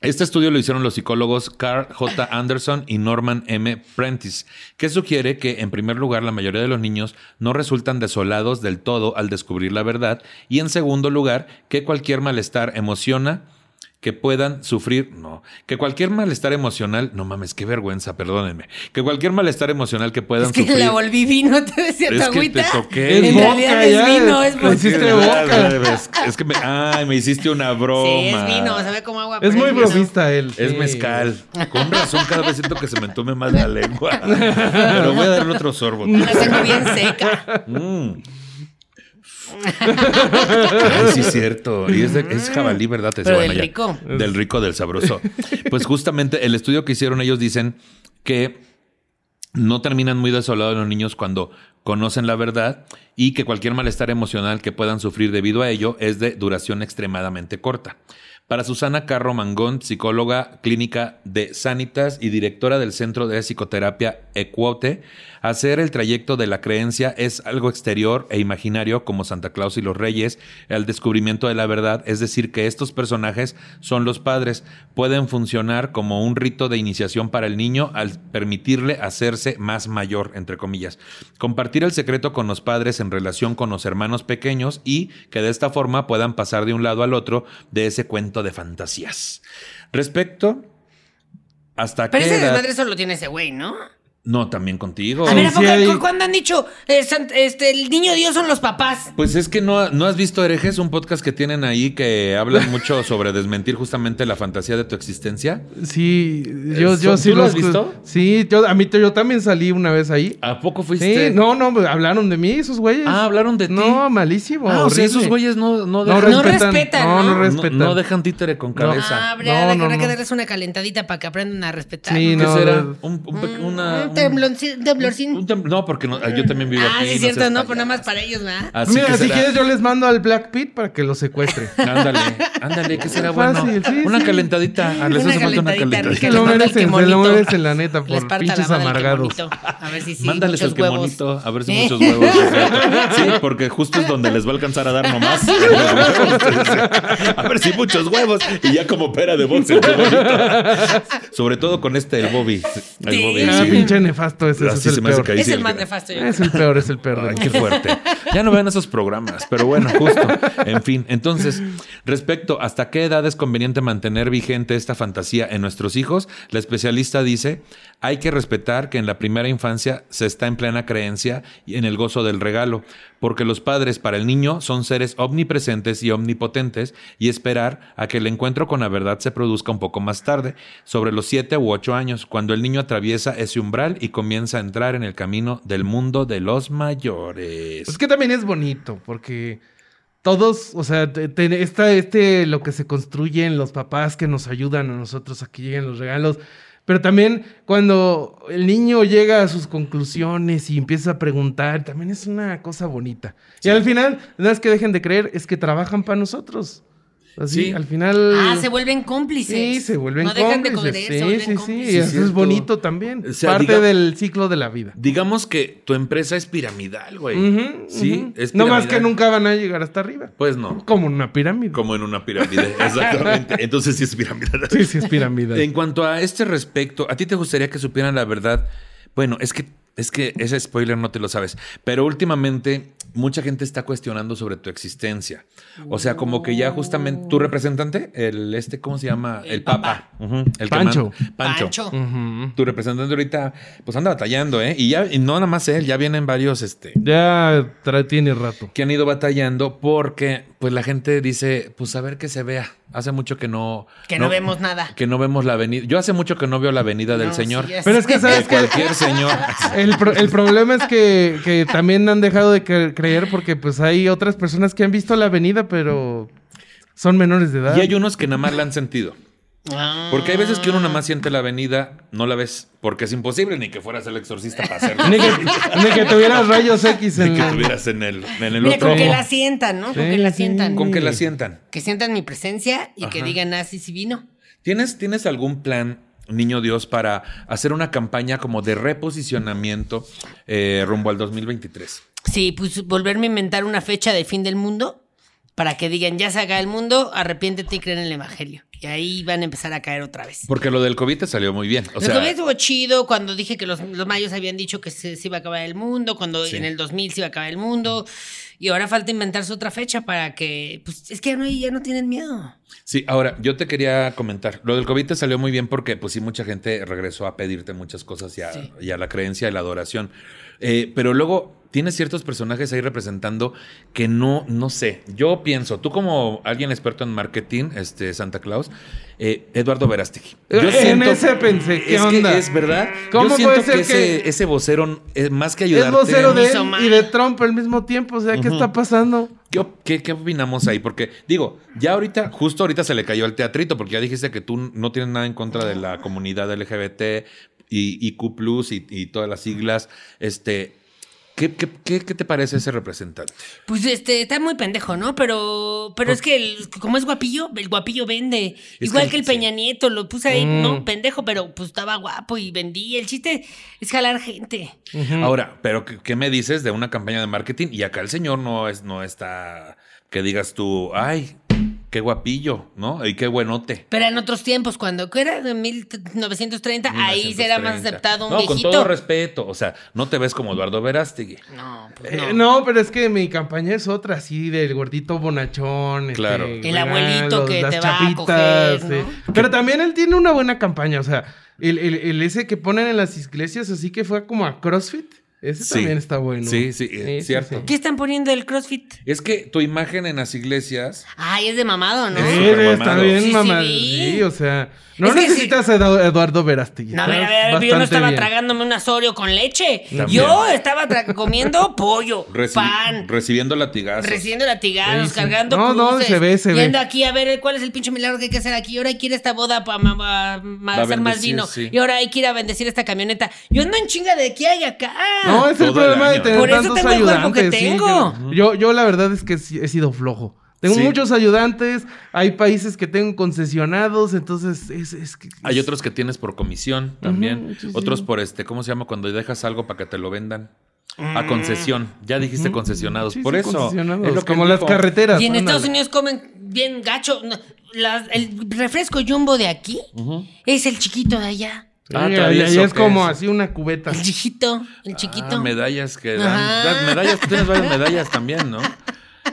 Este estudio lo hicieron los psicólogos Carl J. Anderson y Norman M. Prentice, que sugiere que, en primer lugar, la mayoría de los niños no resultan desolados del todo al descubrir la verdad, y en segundo lugar, que cualquier malestar emociona que puedan sufrir, no, que cualquier malestar emocional, no mames, qué vergüenza, perdónenme, que cualquier malestar emocional que puedan
es que
sufrir.
la volví vino, <laughs> te decía tu
Es que te
agüita.
toqué.
Es
En
boca,
realidad es
ya.
vino, es
Le
boca.
hiciste boca.
Es, es que me, ay, me hiciste una broma.
Sí, es vino, sabe como agua.
Es
pero
muy
vino.
bromista él.
Es
sí.
mezcal. Con razón, cada vez siento que se me entume más la lengua. Pero voy a darle otro sorbo.
La tengo bien seca.
Mm. Ay, sí, cierto. Y es, de- es jabalí, ¿verdad? Ese,
Pero del
ya.
rico.
Del rico, del sabroso. Pues justamente el estudio que hicieron ellos dicen que no terminan muy desolados los niños cuando conocen la verdad y que cualquier malestar emocional que puedan sufrir debido a ello es de duración extremadamente corta. Para Susana Carro Mangón, psicóloga clínica de Sanitas y directora del Centro de Psicoterapia Ecuote, hacer el trayecto de la creencia es algo exterior e imaginario como Santa Claus y los Reyes, el descubrimiento de la verdad, es decir, que estos personajes son los padres, pueden funcionar como un rito de iniciación para el niño al permitirle hacerse más mayor, entre comillas. Compartir el secreto con los padres en relación con los hermanos pequeños y que de esta forma puedan pasar de un lado al otro de ese cuento de fantasías. Respecto... ¿Hasta
Pero
qué
ese
edad?
desmadre solo tiene ese güey, ¿no?
No, también contigo.
A ver, ¿a
sí
poco
hay-
cu- cuándo han dicho eh, sant- este, el niño Dios son los papás?
Pues es que no, no has visto herejes, un podcast que tienen ahí que hablan
<laughs>
mucho sobre desmentir justamente la fantasía de tu existencia.
Sí, yo,
¿Son-
yo sí
tú lo
los-
has visto?
Sí, yo, a mí, yo también salí una vez ahí.
¿A poco fuiste?
Sí, no, no, pues, hablaron de mí esos güeyes.
Ah, hablaron de ti.
No,
Ah,
malísimo.
o sea,
horrible.
esos güeyes no, no
No
dejan,
No
respetan.
respetan,
No, no
¿no?
respetan.
no- no dejan títere con cabeza.
Ah, habrá,
No, no,
habrá que
no.
darles una calentadita para que aprendan a respetar.
Sí,
¿Qué
no,
será?
no.
Un- un pe- una,
Mm, un un temblorcín. temblorcín.
Un tem- No, porque no- yo también vivo
Ah,
aquí.
sí,
no
es cierto,
seas
no, pues
payaso.
nada más para ellos, ¿verdad?
Así
Mira,
que
si
será-
quieres yo les mando al Black Pit para que lo secuestre.
Ándale, ándale, que
<laughs>
será bueno.
Fácil, sí,
una
sí.
calentadita. Ah, les
Una
hace falta una
calentadita
calentadita.
rica.
Se
les
lo
manda el
merecen, se lo
quemonito.
merecen,
<laughs>
la neta,
Les
por
parta la
pinches
madre al
amargados.
quemonito. A ver si sí.
Mándales
muchos
el que
huevos.
bonito, a ver si
Eh.
muchos huevos.
<laughs>
o sea, Sí, porque justo es donde les va a alcanzar a dar
<laughs>
nomás. A ver si muchos huevos. Y ya como pera de boxeo. Sobre todo con este, el Bobby. El
Sí.
Bobby.
Ah,
sí.
pinche nefasto ese, ese
Así
es
se
el
me hace
peor.
que ahí
Es
sí
el
el
más
gran-
nefasto, yo creo.
Es el peor, es el peor.
<laughs>
Ay,
de-
qué fuerte. Ya no vean esos programas, pero bueno, justo. En fin, entonces, respecto hasta qué edad es conveniente mantener vigente esta fantasía en nuestros hijos, la especialista dice, hay que respetar que en la primera infancia se está en plena creencia y en el gozo del regalo, porque los padres para el niño son seres omnipresentes y omnipotentes y esperar a que el encuentro con la verdad se produzca un poco más tarde, sobre los 7 u 8 años, cuando el niño atraviesa ese umbral y comienza a entrar en el camino del mundo de los mayores.
Es que también es bonito, porque todos, o sea, te- te- esta, este, lo que se construye en los papás que nos ayudan a nosotros a que lleguen los regalos. Pero también cuando el niño llega a sus conclusiones y empieza a preguntar, también es una cosa bonita. Y al final, nada es que dejen de creer, es que trabajan para nosotros. Así,
Sí.
al final.
Ah, se vuelven cómplices.
Sí, se vuelven
No dejan de
cómplices.
comer, se vuelven
Sí, sí, sí.
cómplices.
Y eso es
cierto.
bonito también.
O sea,
Parte
diga-
del ciclo de la vida.
Digamos que tu empresa es piramidal, güey.
Ujú,
sí,
ujú.
es
No más que
piramidal.
nunca van a llegar hasta arriba.
Pues no,
Como en una pirámide.
como en una <laughs> pirámide. Exactamente. Entonces sí es piramidal.
Sí, sí, es pirámide.
En cuanto a este respecto, ¿a ti te gustaría que supieran la verdad? Bueno, es que es que ese spoiler no te lo sabes, pero últimamente mucha gente está cuestionando sobre tu existencia. O sea, como que ya justamente tu representante, el este ¿cómo se llama? El,
El
Papa, Ujú, el que
Pancho.
manda- Pancho.
Pancho.
Ujú.
Tu representante ahorita pues anda batallando, ¿eh? Y ya y no nada más él, ya vienen varios este
Ya tra- tiene rato.
que han ido batallando porque pues la gente dice, pues a ver que se vea. Hace mucho que no
Que no vemos nada.
Que no vemos la avenida. Yo hace mucho que no veo la avenida del
No,
señor.
sí, ya
Pero
sé.
es que, ¿sabes
De
qué?
cualquier
<laughs>
señor.
El, pro- el problema es que, que también han dejado de cre- creer porque pues hay otras personas que han visto la avenida, pero son menores de edad.
Y hay unos que nada más la han sentido.
Ah.
Porque hay veces que uno nada más siente la avenida, no la ves, porque es imposible ni que fueras el exorcista para
<laughs>
hacerlo.
Ni que, ni que tuvieras rayos X en
Ni que
la-
estuvieras en el, en el
Mira,
otro.
con que
ojo.
la sientan, ¿no? Con
Sí,
que la
sí.
sientan.
Con que la sientan.
Que sientan mi presencia y que
Ajá.
digan, ah, sí, sí vino.
¿Tienes, ¿Tienes algún plan, niño Dios, para hacer una campaña como de reposicionamiento eh, rumbo al 2023?
Sí, pues volverme a inventar una fecha de fin del mundo para que digan, ya se haga el mundo, arrepiéntete y creen en el evangelio. Y ahí van a empezar a caer otra vez.
Porque lo del COVID te salió muy bien. O
Lo
sea,
que estuvo chido cuando dije que los, los mayos habían dicho que se, se iba a acabar el mundo, cuando
Sí.
en el 2000 se iba a acabar el mundo, y ahora falta inventarse otra fecha para que, pues es que ya no, hay- ya no tienen miedo.
Sí, ahora yo te quería comentar. Lo del COVID te salió muy bien porque, pues sí, mucha gente regresó a pedirte muchas cosas y a,
Sí.
y a la creencia y la adoración. Eh, pero luego tienes ciertos personajes ahí representando que no, no sé. Yo pienso, tú como alguien experto en marketing, este Santa Claus, eh, Eduardo Verástegui. Yo
En ese pensé, ¿qué
es
onda?
Que es verdad.
¿Cómo
yo
puede
siento
ser
que, ese,
que-
ese vocero, eh, más que ayudarte.
Es vocero de
Hizo
él
mal.
y de Trump al mismo tiempo. O sea, ¿qué está pasando?
¿Qué, op- qué, qué opinamos ahí? Porque, digo, ya ahorita, justo ahorita se le cayó el teatrito, porque ya dijiste que tú no tienes nada en contra de la comunidad LGBT y IQ Plus y, y todas las siglas. Este, ¿qué, qué, qué, qué te parece ese representante?
Pues este, está muy pendejo, ¿no? Pero, pero es que el- como es guapillo, el guapillo vende.
Es
Igual
que-
que, el Peña Nieto, lo puse ahí,
Mm.
no, pendejo, pero pues estaba guapo y vendí. El chiste es jalar gente.
Ahora, pero ¿qué, qué me dices de una campaña de marketing? Y acá el señor no es, no está que digas tú, ay, qué guapillo, ¿no? Y qué buenote.
Pero en otros tiempos, cuando ¿qué era en 1930, ahí será más
1930.
aceptado un
No,
viejito.
con todo respeto. O sea, no te ves como Eduardo Verástegui.
No, pues no.
Eh, no. pero es que mi campaña es otra, así del gordito bonachón. este,
Claro. El
güey,
abuelito
los-
que
las
te va a coger,
chavitas,
¿no?
sí. Pero también él tiene una buena campaña, o sea, el, el- el ese que ponen en las iglesias, así que fue como a CrossFit. Ese
Sí.
también está bueno.
Sí, sí, eh, cierto.
¿Qué están poniendo del CrossFit?
Es que tu imagen en las iglesias.
Ay, es de mamado, ¿no?
Es
Sí,
súper
está
mamado.
bien,
Sí, sí,
mamá.
vi.
Sí, o sea. No
Es que
necesitas a Edu- Eduardo Verástegui.
No, a ver, a
Estás
ver, yo no
bastante
estaba
bien.
tragándome un asorio con leche.
También.
Yo estaba tra- comiendo
<laughs>
pollo,
reci-
pan,
Recibiendo latigazos.
recibiendo latigados,
Sí, sí.
cargando
No, no,
cruces,
se ve, se ve.
yendo aquí a ver cuál es el pinche milagro que hay que hacer aquí. Y ahora hay que ir a esta boda para
Va a
hacer más
bendecir,
vino.
sí.
Y ahora hay que ir a bendecir esta camioneta. Yo ando en chinga de aquí y acá.
No, es el
Todo el
problema de
año.
tener
Por eso
tantos
tengo el cuerpo
ayudantes.
que
sí,
tengo.
yo- yo, yo la verdad es que sí, he sido flojo. Tengo
Sí.
muchos ayudantes, hay países que tengo concesionados, entonces es, es que...
Hay otros que tienes por comisión también.
Ujú, sí, sí.
Otros por este, ¿cómo se llama? Cuando dejas algo para que te lo vendan.
Mm.
A concesión. Ya dijiste concesionados.
Sí, sí,
por eso.
concesionados,
es lo que
como
él
las
dijo.
carreteras.
Y en Estados
ándale.
Unidos comen bien gacho. No, las- el refresco jumbo de aquí es el chiquito de allá.
Ah,
Sí,
todavía
ahí- ahí
eso
es
que
como
es.
así una
<laughs>
cubeta.
El chiquito, el chiquito.
Ah, medallas que dan.
Ajá.
Dan medallas, tú tienes varias medallas también, ¿no?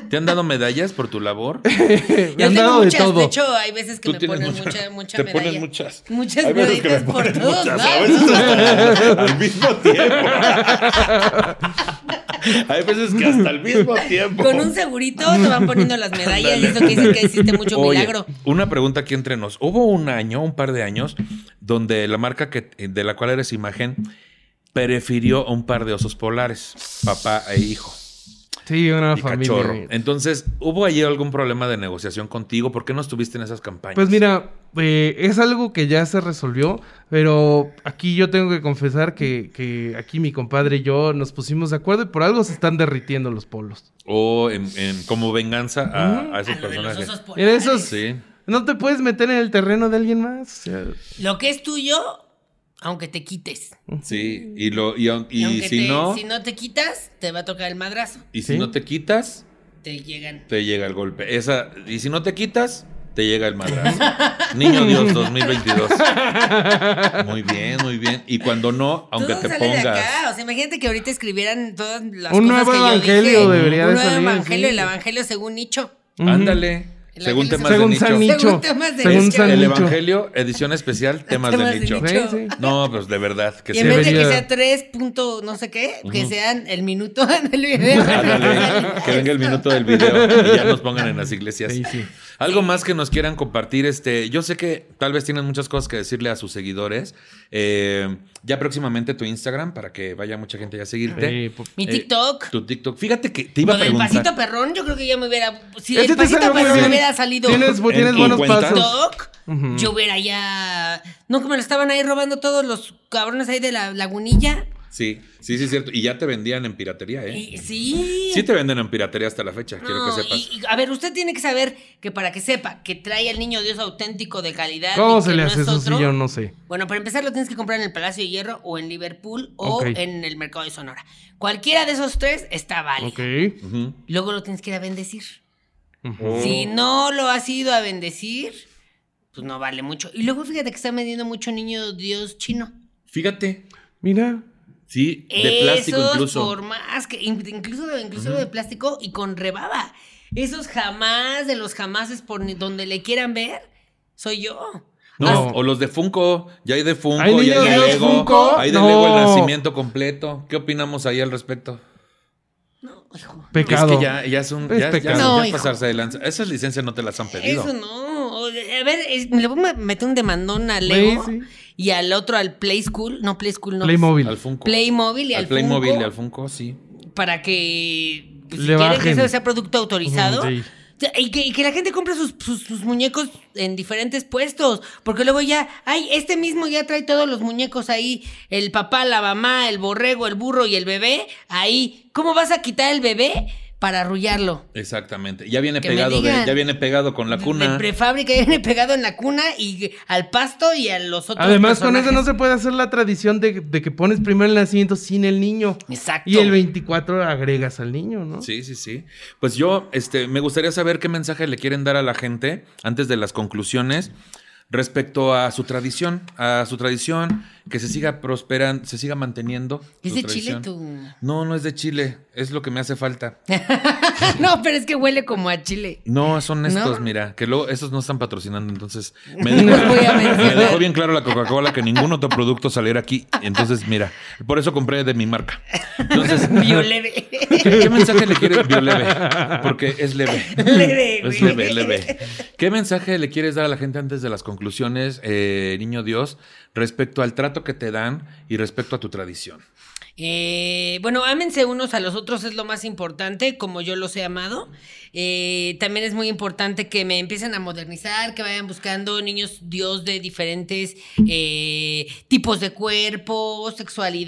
¿Te han dado medallas por tu labor?
Me
Yo
han
tengo
dado de
muchas,
todo.
de hecho, hay veces que
Tú
me
tienes
ponen mucha,
muchas-
mucha,
te
medalla.
pones muchas. <laughs>
Muchas
Hay veces que me
medallas por
ponen
todos
muchas, a
lados. <laughs>
veces hasta al mismo <laughs> tiempo. Hay veces que hasta al mismo tiempo.
Con un segurito te van poniendo las medallas y eso que dicen que hiciste mucho
Oye,
milagro.
Una pregunta aquí entre nos. Hubo un año, un par de años, donde la marca que, de la cual eres imagen prefirió a un par de osos polares, papá e hijo.
Sí, una
y
familia.
cachorro. Entonces, ¿hubo allí algún problema de negociación contigo? ¿Por qué no estuviste en esas campañas?
Pues mira, eh, es algo que ya se resolvió, pero aquí yo tengo que confesar que, que aquí mi compadre y yo nos pusimos de acuerdo y por algo se están derritiendo los polos.
O en, en- como venganza a, a esos
A Ah, lo de los
personajes.
osos
En
polares.
esos,
Sí.
no te puedes meter en el terreno de alguien más. o sea,
Lo que es tuyo, aunque te quites.
Sí, y, lo, y, aun- y
aunque
si
te-
no,
si no te quitas, te va a tocar el madrazo.
y si
Sí.
no te quitas,
Te llegan.
te llega el golpe. Esa, y si no te quitas, te llega el madrazo. Niño Dios 2022. Muy bien, muy bien. Y cuando no, aunque
Todo
te
sale de
pongas.
acá. O sea, imagínate que ahorita escribieran todas las
Un
cosas
nuevo
que yo
evangelio
dije.
debería
Un
de
nuevo
salir,
evangelio,
sí.
el evangelio según nicho.
Ujú.
Ándale.
El
Según
evangelio
temas
Según
de nicho.
San Nicho.
Según temas de
Según
Es
nicho.
San
el
Nicho.
Evangelio, edición
<laughs>
especial, temas,
Temas
de
de
nicho.
nicho.
Sí, sí.
No, pues de verdad que
Y
sí.
en vez de que
Debería-
sea 3 punto no sé qué, que sean el minuto <laughs> del video.
Ándale, que venga el minuto del video y ya nos pongan en las iglesias.
Sí, sí.
Algo más que nos quieran compartir, este, yo sé que tal vez tienen muchas cosas que decirle a sus seguidores. Eh, ya próximamente tu Instagram para que vaya mucha gente ya a seguirte.
Eh, po-
Mi
Eh,
TikTok.
tu TikTok. Fíjate que te iba
Lo
a
del pasito
preguntar.
perrón, yo creo que ya me hubiera. Si
Ese
el
te
pasito
salió muy
perrón
bien.
hubiera salido
Tienes, bu-
¿En
tienes
tu
buenos
cuenta?
pasos.
TikTok,
Ujú.
yo hubiera ya. No, que me lo estaban ahí robando todos los cabrones ahí de la lagunilla.
Sí, sí, sí, es cierto. Y ya te vendían en piratería, ¿eh?
Y, sí.
Sí te venden en piratería hasta la fecha, quiero
No,
que sepas.
y- y, a ver, usted tiene que saber que para que sepa que trae al niño Dios auténtico de calidad.
¿Cómo
y
se
que
le
no
hace
es
eso
otro?
si yo no sé?
Bueno, para empezar lo tienes que comprar en el Palacio de Hierro o en Liverpool o
Ok.
en el Mercado de Sonora. Cualquiera de esos tres está válido.
Ok.
Ujú.
Luego lo tienes que ir a bendecir.
Oh.
Ujú.
Si no lo has ido a bendecir, pues no vale mucho. Y luego fíjate que están vendiendo mucho niño Dios chino.
Fíjate.
Mira.
Sí, de plástico
Esos
incluso.
por más que in- incluso incluso de plástico y con rebaba. Esos jamás de los jamases por ni- donde le quieran ver, soy yo.
No,
No.
o los de Funko. Ya hay de Funko,
Hay
ya
niños
hay de
de
Lego.
Funko.
Hay de
No.
Lego el nacimiento completo. ¿Qué opinamos ahí al respecto?
No, hijo.
Pecado.
Es que ya, ya es un.
Es
ya, ya-
pecado.
ya
No,
pasarse de lanza. Esas licencias no te las han pedido.
Eso no. O- A ver, es- le voy a meter un demandón a Lego
Sí, sí.
y al otro al Play School. No, Play School no.
Playmobil.
Al Funko.
Playmobil y al,
al Playmobil
Funko
y al Funko, sí.
Para que pues, si
Le
quieren que
bajen.
eso sea producto autorizado.
Mm, sí.
O sea, Y que, y que la gente compre sus, sus- sus muñecos en diferentes puestos. Porque luego ya, ay, este mismo ya trae todos los muñecos ahí. El papá, la mamá, el borrego, el burro y el bebé. Ahí. ¿Cómo vas a quitar el bebé para arrullarlo?
Exactamente. Ya viene
Que me
pegado de,
digan.
ya viene pegado con la
De
cuna.
prefábrica <laughs> viene pegado en la cuna y al pasto y a los otros.
Además, con eso
personajes.
no se puede hacer la tradición de, de que pones primero el nacimiento sin el niño.
Exacto.
Y el 24 agregas al niño, ¿no?
Sí, sí, sí. Pues yo, este, me gustaría saber qué mensaje le quieren dar a la gente antes de las conclusiones respecto a su tradición, a su tradición, que se siga prosperando, se siga manteniendo.
Es
tu
de Chile
tradición.
tú. <laughs>
No, no es de Chile, es lo que me hace falta.
no, pero es que huele como a Chile. <laughs>
No, son estos,
¿No?
mira, que luego estos no están patrocinando, entonces me
No
dejó,
los voy a
me
mencionar.
dejó bien claro la Coca-Cola que ningún otro producto saliera aquí, entonces mira, por eso compré de mi marca. Entonces,
Violeve.
¿qué, qué mensaje le quieres bioleve? Porque es leve.
<laughs> Leve,
Es
güey.
leve, leve. ¿Qué mensaje le quieres dar a la gente antes de las conclusiones, eh, niño Dios, respecto al trato que te dan y respecto a tu tradición?
Eh, bueno, ámense unos a los otros es lo más importante, como yo los he amado. Eh, también es muy importante que me empiecen a modernizar, que vayan buscando niños Dios de diferentes eh, tipos de cuerpo,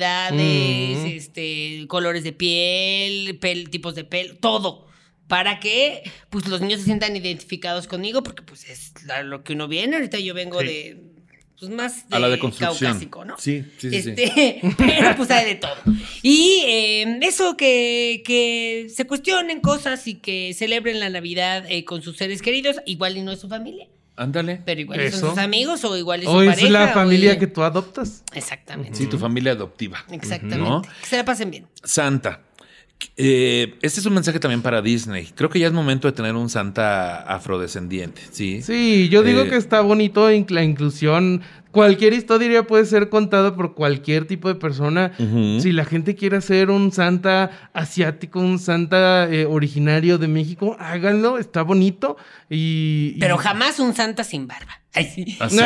sexualidades,
Mm.
este, colores de piel, pel- tipos de pelo, todo. Para que pues, los niños se sientan identificados conmigo, porque pues es a lo que uno viene. Ahorita yo vengo
Sí.
de pues, más de
a la de construcción.
caucásico, ¿no?
Sí, sí, sí. sí.
Este, <laughs> pero pues hay de todo. Y eh, eso, que, que se cuestionen cosas y que celebren la Navidad eh, con sus seres queridos, igual y no es su familia,
Ándale.
pero igual y
Eso.
son sus amigos o igual es su
O es
pareja.
la
o
familia
y-
que tú adoptas.
Exactamente.
Sí, tu familia adoptiva.
Exactamente.
¿No?
Que se la pasen bien.
Santa. Eh, este es un mensaje también para Disney. Creo que ya es momento de tener un Santa afrodescendiente, ¿sí?
Sí, yo digo
Eh,
que está bonito in- la inclusión. Cualquier historia puede ser contada por cualquier tipo de persona.
Ujú.
Si la gente quiere hacer un santa asiático, un santa eh, originario de México, háganlo, está bonito. Y, Ah, y-
Pero jamás un santa sin barba. Ay, Ah, sí.
Así.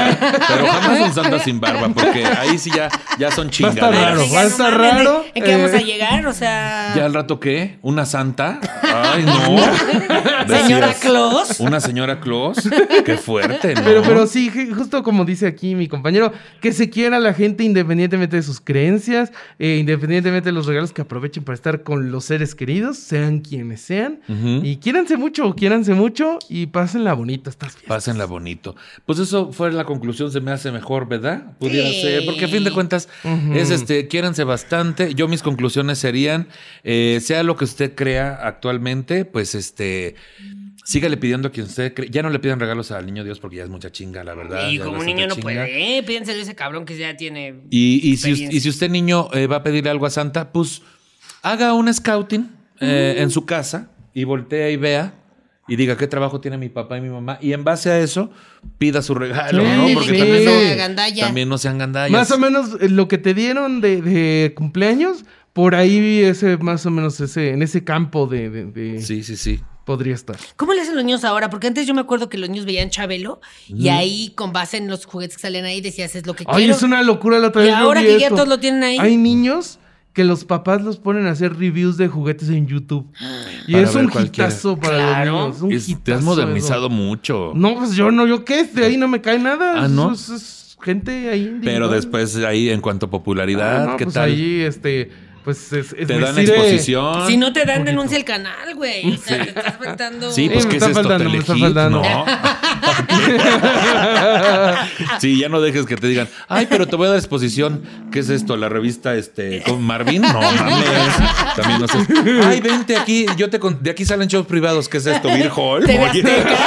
Pero jamás un Santa sin barba, porque ahí sí ya, ya son
Va a estar
chingaderas.
Ay,
raro,
sí,
va a
ya
estar
mames,
raro.
¿En qué vamos a
Eh,
llegar? O sea.
¿Ya al rato qué? ¿Una santa? Ay,
<laughs>
no.
Señora
Decías,
Claus.
Una señora Claus. Qué fuerte, ¿no?
Pero, pero sí, je- justo como dice aquí mi compañero, que se quiera la gente independientemente de sus creencias, eh, independientemente de los regalos que aprovechen para estar con los seres queridos, sean quienes sean.
Ujú.
Y quiéranse mucho, quiéranse mucho y pásenla bonita estas fiestas.
Pásenla bonito. Pues eso fue la conclusión, se me hace mejor, ¿verdad? Pudiera
Sí.
ser, porque a fin de cuentas
Ujú.
es este, quiéranse bastante. Yo mis conclusiones serían, eh, sea lo que usted crea actualmente, pues este, sígale pidiendo a quien usted cree. Ya no le pidan regalos al niño Dios porque ya es mucha chinga, la verdad.
Y
ya
como
es
un niño no
bastante chinga.
puede, ¿eh? Piénselo ese cabrón que ya tiene.
Y, y si, us-
Experiencia.
y si usted niño eh, va a pedirle algo a Santa, pues haga un scouting eh, en su casa y voltea y vea y diga qué trabajo tiene mi papá y mi mamá. Y en base a eso, pida su regalo,
Sí,
¿no? Porque
sí.
también, no,
La gandalla.
también no sean gandallas.
Más o menos eh, lo que te dieron de, de cumpleaños, por ahí vi ese, más o menos ese, en ese campo de, de- de-
Sí, sí, sí.
podría estar.
¿Cómo le hacen los niños ahora? Porque antes yo me acuerdo que los niños veían Chabelo y ahí con base en los juguetes que salen ahí decías es lo que
Ay,
quiero.
es una locura la otra
Y
vez yo
ahora
vi
que ya
esto.
todos lo tienen ahí.
Hay niños que los papás los ponen a hacer reviews de juguetes en YouTube. Y
Ah. Para
es
ver
un
cualquiera.
hitazo para
Claro.
los niños. es un
Es- te
hitazo
has
eso.
modernizado mucho.
No, pues yo no, yo qué, de ahí no me cae nada.
Ah, ¿no?
Es, es gente ahí.
Pero
individual.
después ahí, en cuanto a popularidad,
Ah, no,
¿qué
pues
tal?
ahí, este, pues es, es-
te
me
dan
sirve-
exposición.
si no te dan, denuncia el canal, güey. O sea, te estás afectando.
Sí,
Eh,
pues
me
¿qué es
está
esto?
faltando, me está
Telehit,
faltando.
¿no? sí, ya no dejes que te digan, ay, pero te voy a dar exposición. ¿Qué es esto? ¿La revista este, con Marvin? No, mames. También no sé. Ay, vente aquí, yo te con- de aquí salen shows privados. ¿Qué es esto? ¿Beer Hall?
TV
Oye, TV Azteca,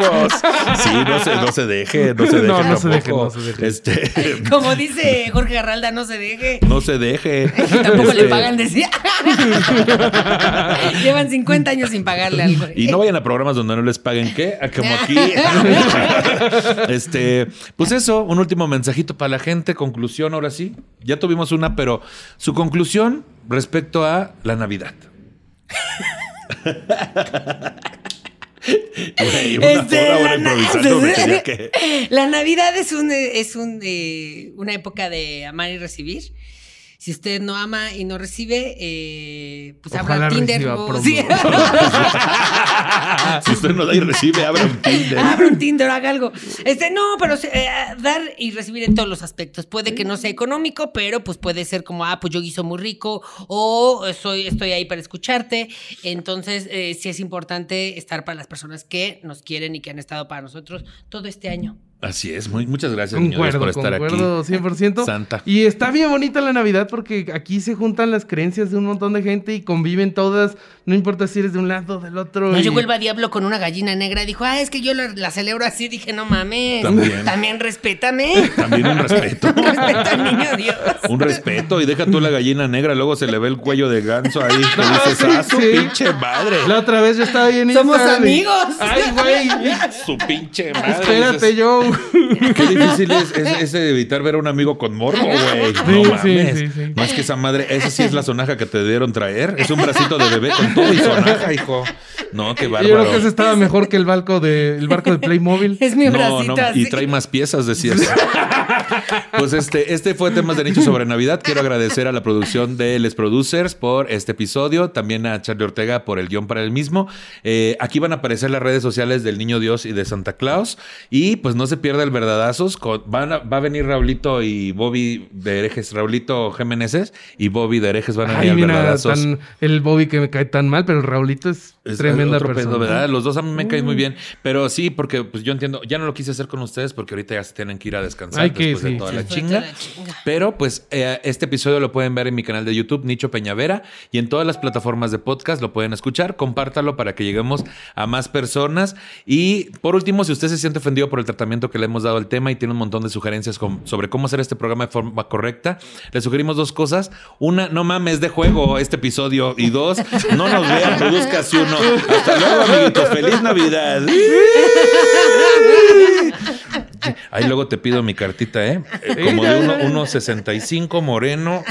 no mames. Sí, no se, no se deje, no se deje.
No, no se deje,
tampoco.
no se deje.
Este,
<laughs>
<laughs>
Como dice Jorge Garralda, no se deje.
no se deje.
Tampoco le
Este,
pagan, decía. <laughs> Llevan 50 años sin pagarle al güey.
Y no vayan a programas donde no les paguen qué, Ah, como
<laughs>
aquí. este, pues eso, un último mensajito para la gente, conclusión ahora sí. Ya tuvimos una, pero su conclusión respecto a la Navidad. Güey, una
Este,
hora, hora
la-
improvisando, me tenía
<laughs>
que-
La Navidad es un eh, es un eh, una época de amar y recibir. Si usted no ama y no recibe, eh, pues
Ojalá
abra Tinder.
reciba
o-
pronto. <laughs>
sí. <laughs>
Si usted no da y recibe, abra un Tinder.
Abra un Tinder, haga algo. Este, no, pero eh, dar y recibir en todos los aspectos. Puede que no sea económico, pero pues puede ser como, ah, pues yo guiso muy rico o soy, estoy ahí para escucharte. Entonces, eh, sí es importante estar para las personas que nos quieren y que han estado para nosotros todo este año.
Así es, muy- muchas gracias niño Dios,
Concuerdo,
por estar
concuerdo
aquí.
100%.
Santa.
Y está bien bonita la Navidad porque aquí se juntan las creencias de un montón de gente y conviven todas no importa si eres de un lado o del otro.
No
y-
llegó el Diablo con una gallina negra. Dijo, ah, es que yo la, la celebro así. Dije, no mames.
También.
También, respétame. <laughs>
También un respeto.
<laughs>
Respeta al niño Dios.
<laughs> Un respeto y deja tú la gallina negra, luego se le ve el cuello de ganso ahí. Te
<laughs> No,
dices,
sí,
ah, su
sí.
pinche madre.
La otra vez yo estaba ahí en
Somos
Instagram y-
amigos.
Ay, güey.
Su pinche madre.
Espérate,
Dices,
yo.
Qué difícil es, es- es evitar ver a un amigo con morbo, güey.
Sí,
No
sí,
mames.
sí, sí.
No es que esa madre, esa sí es la sonaja que te dieron traer. Es un bracito de bebé con todo y sonaja, hijo. No, qué
Yo creo
bárbaro.
que ese estaba mejor que el barco de, el barco de Playmobil.
Es mi
No,
bracito
no,
así.
y trae más piezas,
<laughs>
decías. pues este, este fue temas de nicho sobre Navidad. Quiero agradecer a la producción de Les Producers por este episodio, también a Charlie Ortega por el guión para el mismo. Eh, aquí van a aparecer las redes sociales del Niño Dios y de Santa Claus. Y pues no se pierda el verdadazos. con- van a- va a venir Raulito y Bobby de herejes, Raulito Jiménez y Bobby de herejes van a venir
Ay,
al
mira,
verdadazos.
tan, el Bobby que me cae tan mal, pero el Raulito es,
Es
tremenda
otro
persona. Mm.
pedo, ¿verdad? Los dos a mí me caen muy bien. Pero sí, porque pues yo entiendo, ya no lo quise hacer con ustedes porque ahorita ya se tienen que ir a descansar
Hay que,
después de
sí,
toda
sí.
la
Después de
chinga.
la chinga.
Pero pues eh, este episodio lo pueden ver en mi canal de YouTube, Nicho Peñavera, y en todas las plataformas de podcast lo pueden escuchar. Compártalo para que lleguemos a más personas. Y por último, si usted se siente ofendido por el tratamiento que le hemos dado al tema y tiene un montón de sugerencias con- sobre cómo hacer este programa de forma correcta, le sugerimos dos cosas. Una, no mames, de juego este episodio. Y dos, no nos vean, produzcas uno. Hasta luego, amiguitos. Feliz Navidad. Ahí luego te pido mi cartita, ¿eh? Eh, Como de uno- 1.65 moreno,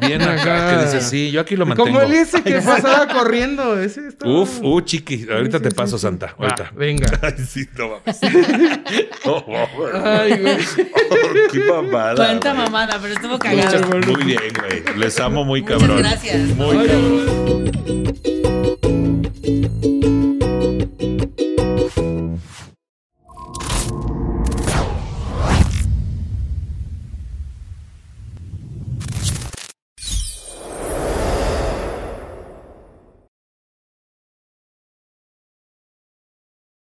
bien acá, que dice, sí, yo aquí lo mantengo.
Como él ese que pasaba corriendo. Ese estaba-
Uf, uh, chiqui, ahorita
Sí,
te
sí,
paso,
sí. Ah.
Santa,
Va,
ahorita.
venga.
Ay, sí, no mames.
<laughs>
No, mames.
Ay, güey.
oh, qué mamada.
Cuánta
güey.
mamada, pero estuvo
Muchas-
cagado.
Muy bien, güey. Les amo muy
Muchas
cabrón.
gracias.
Muy cabrón.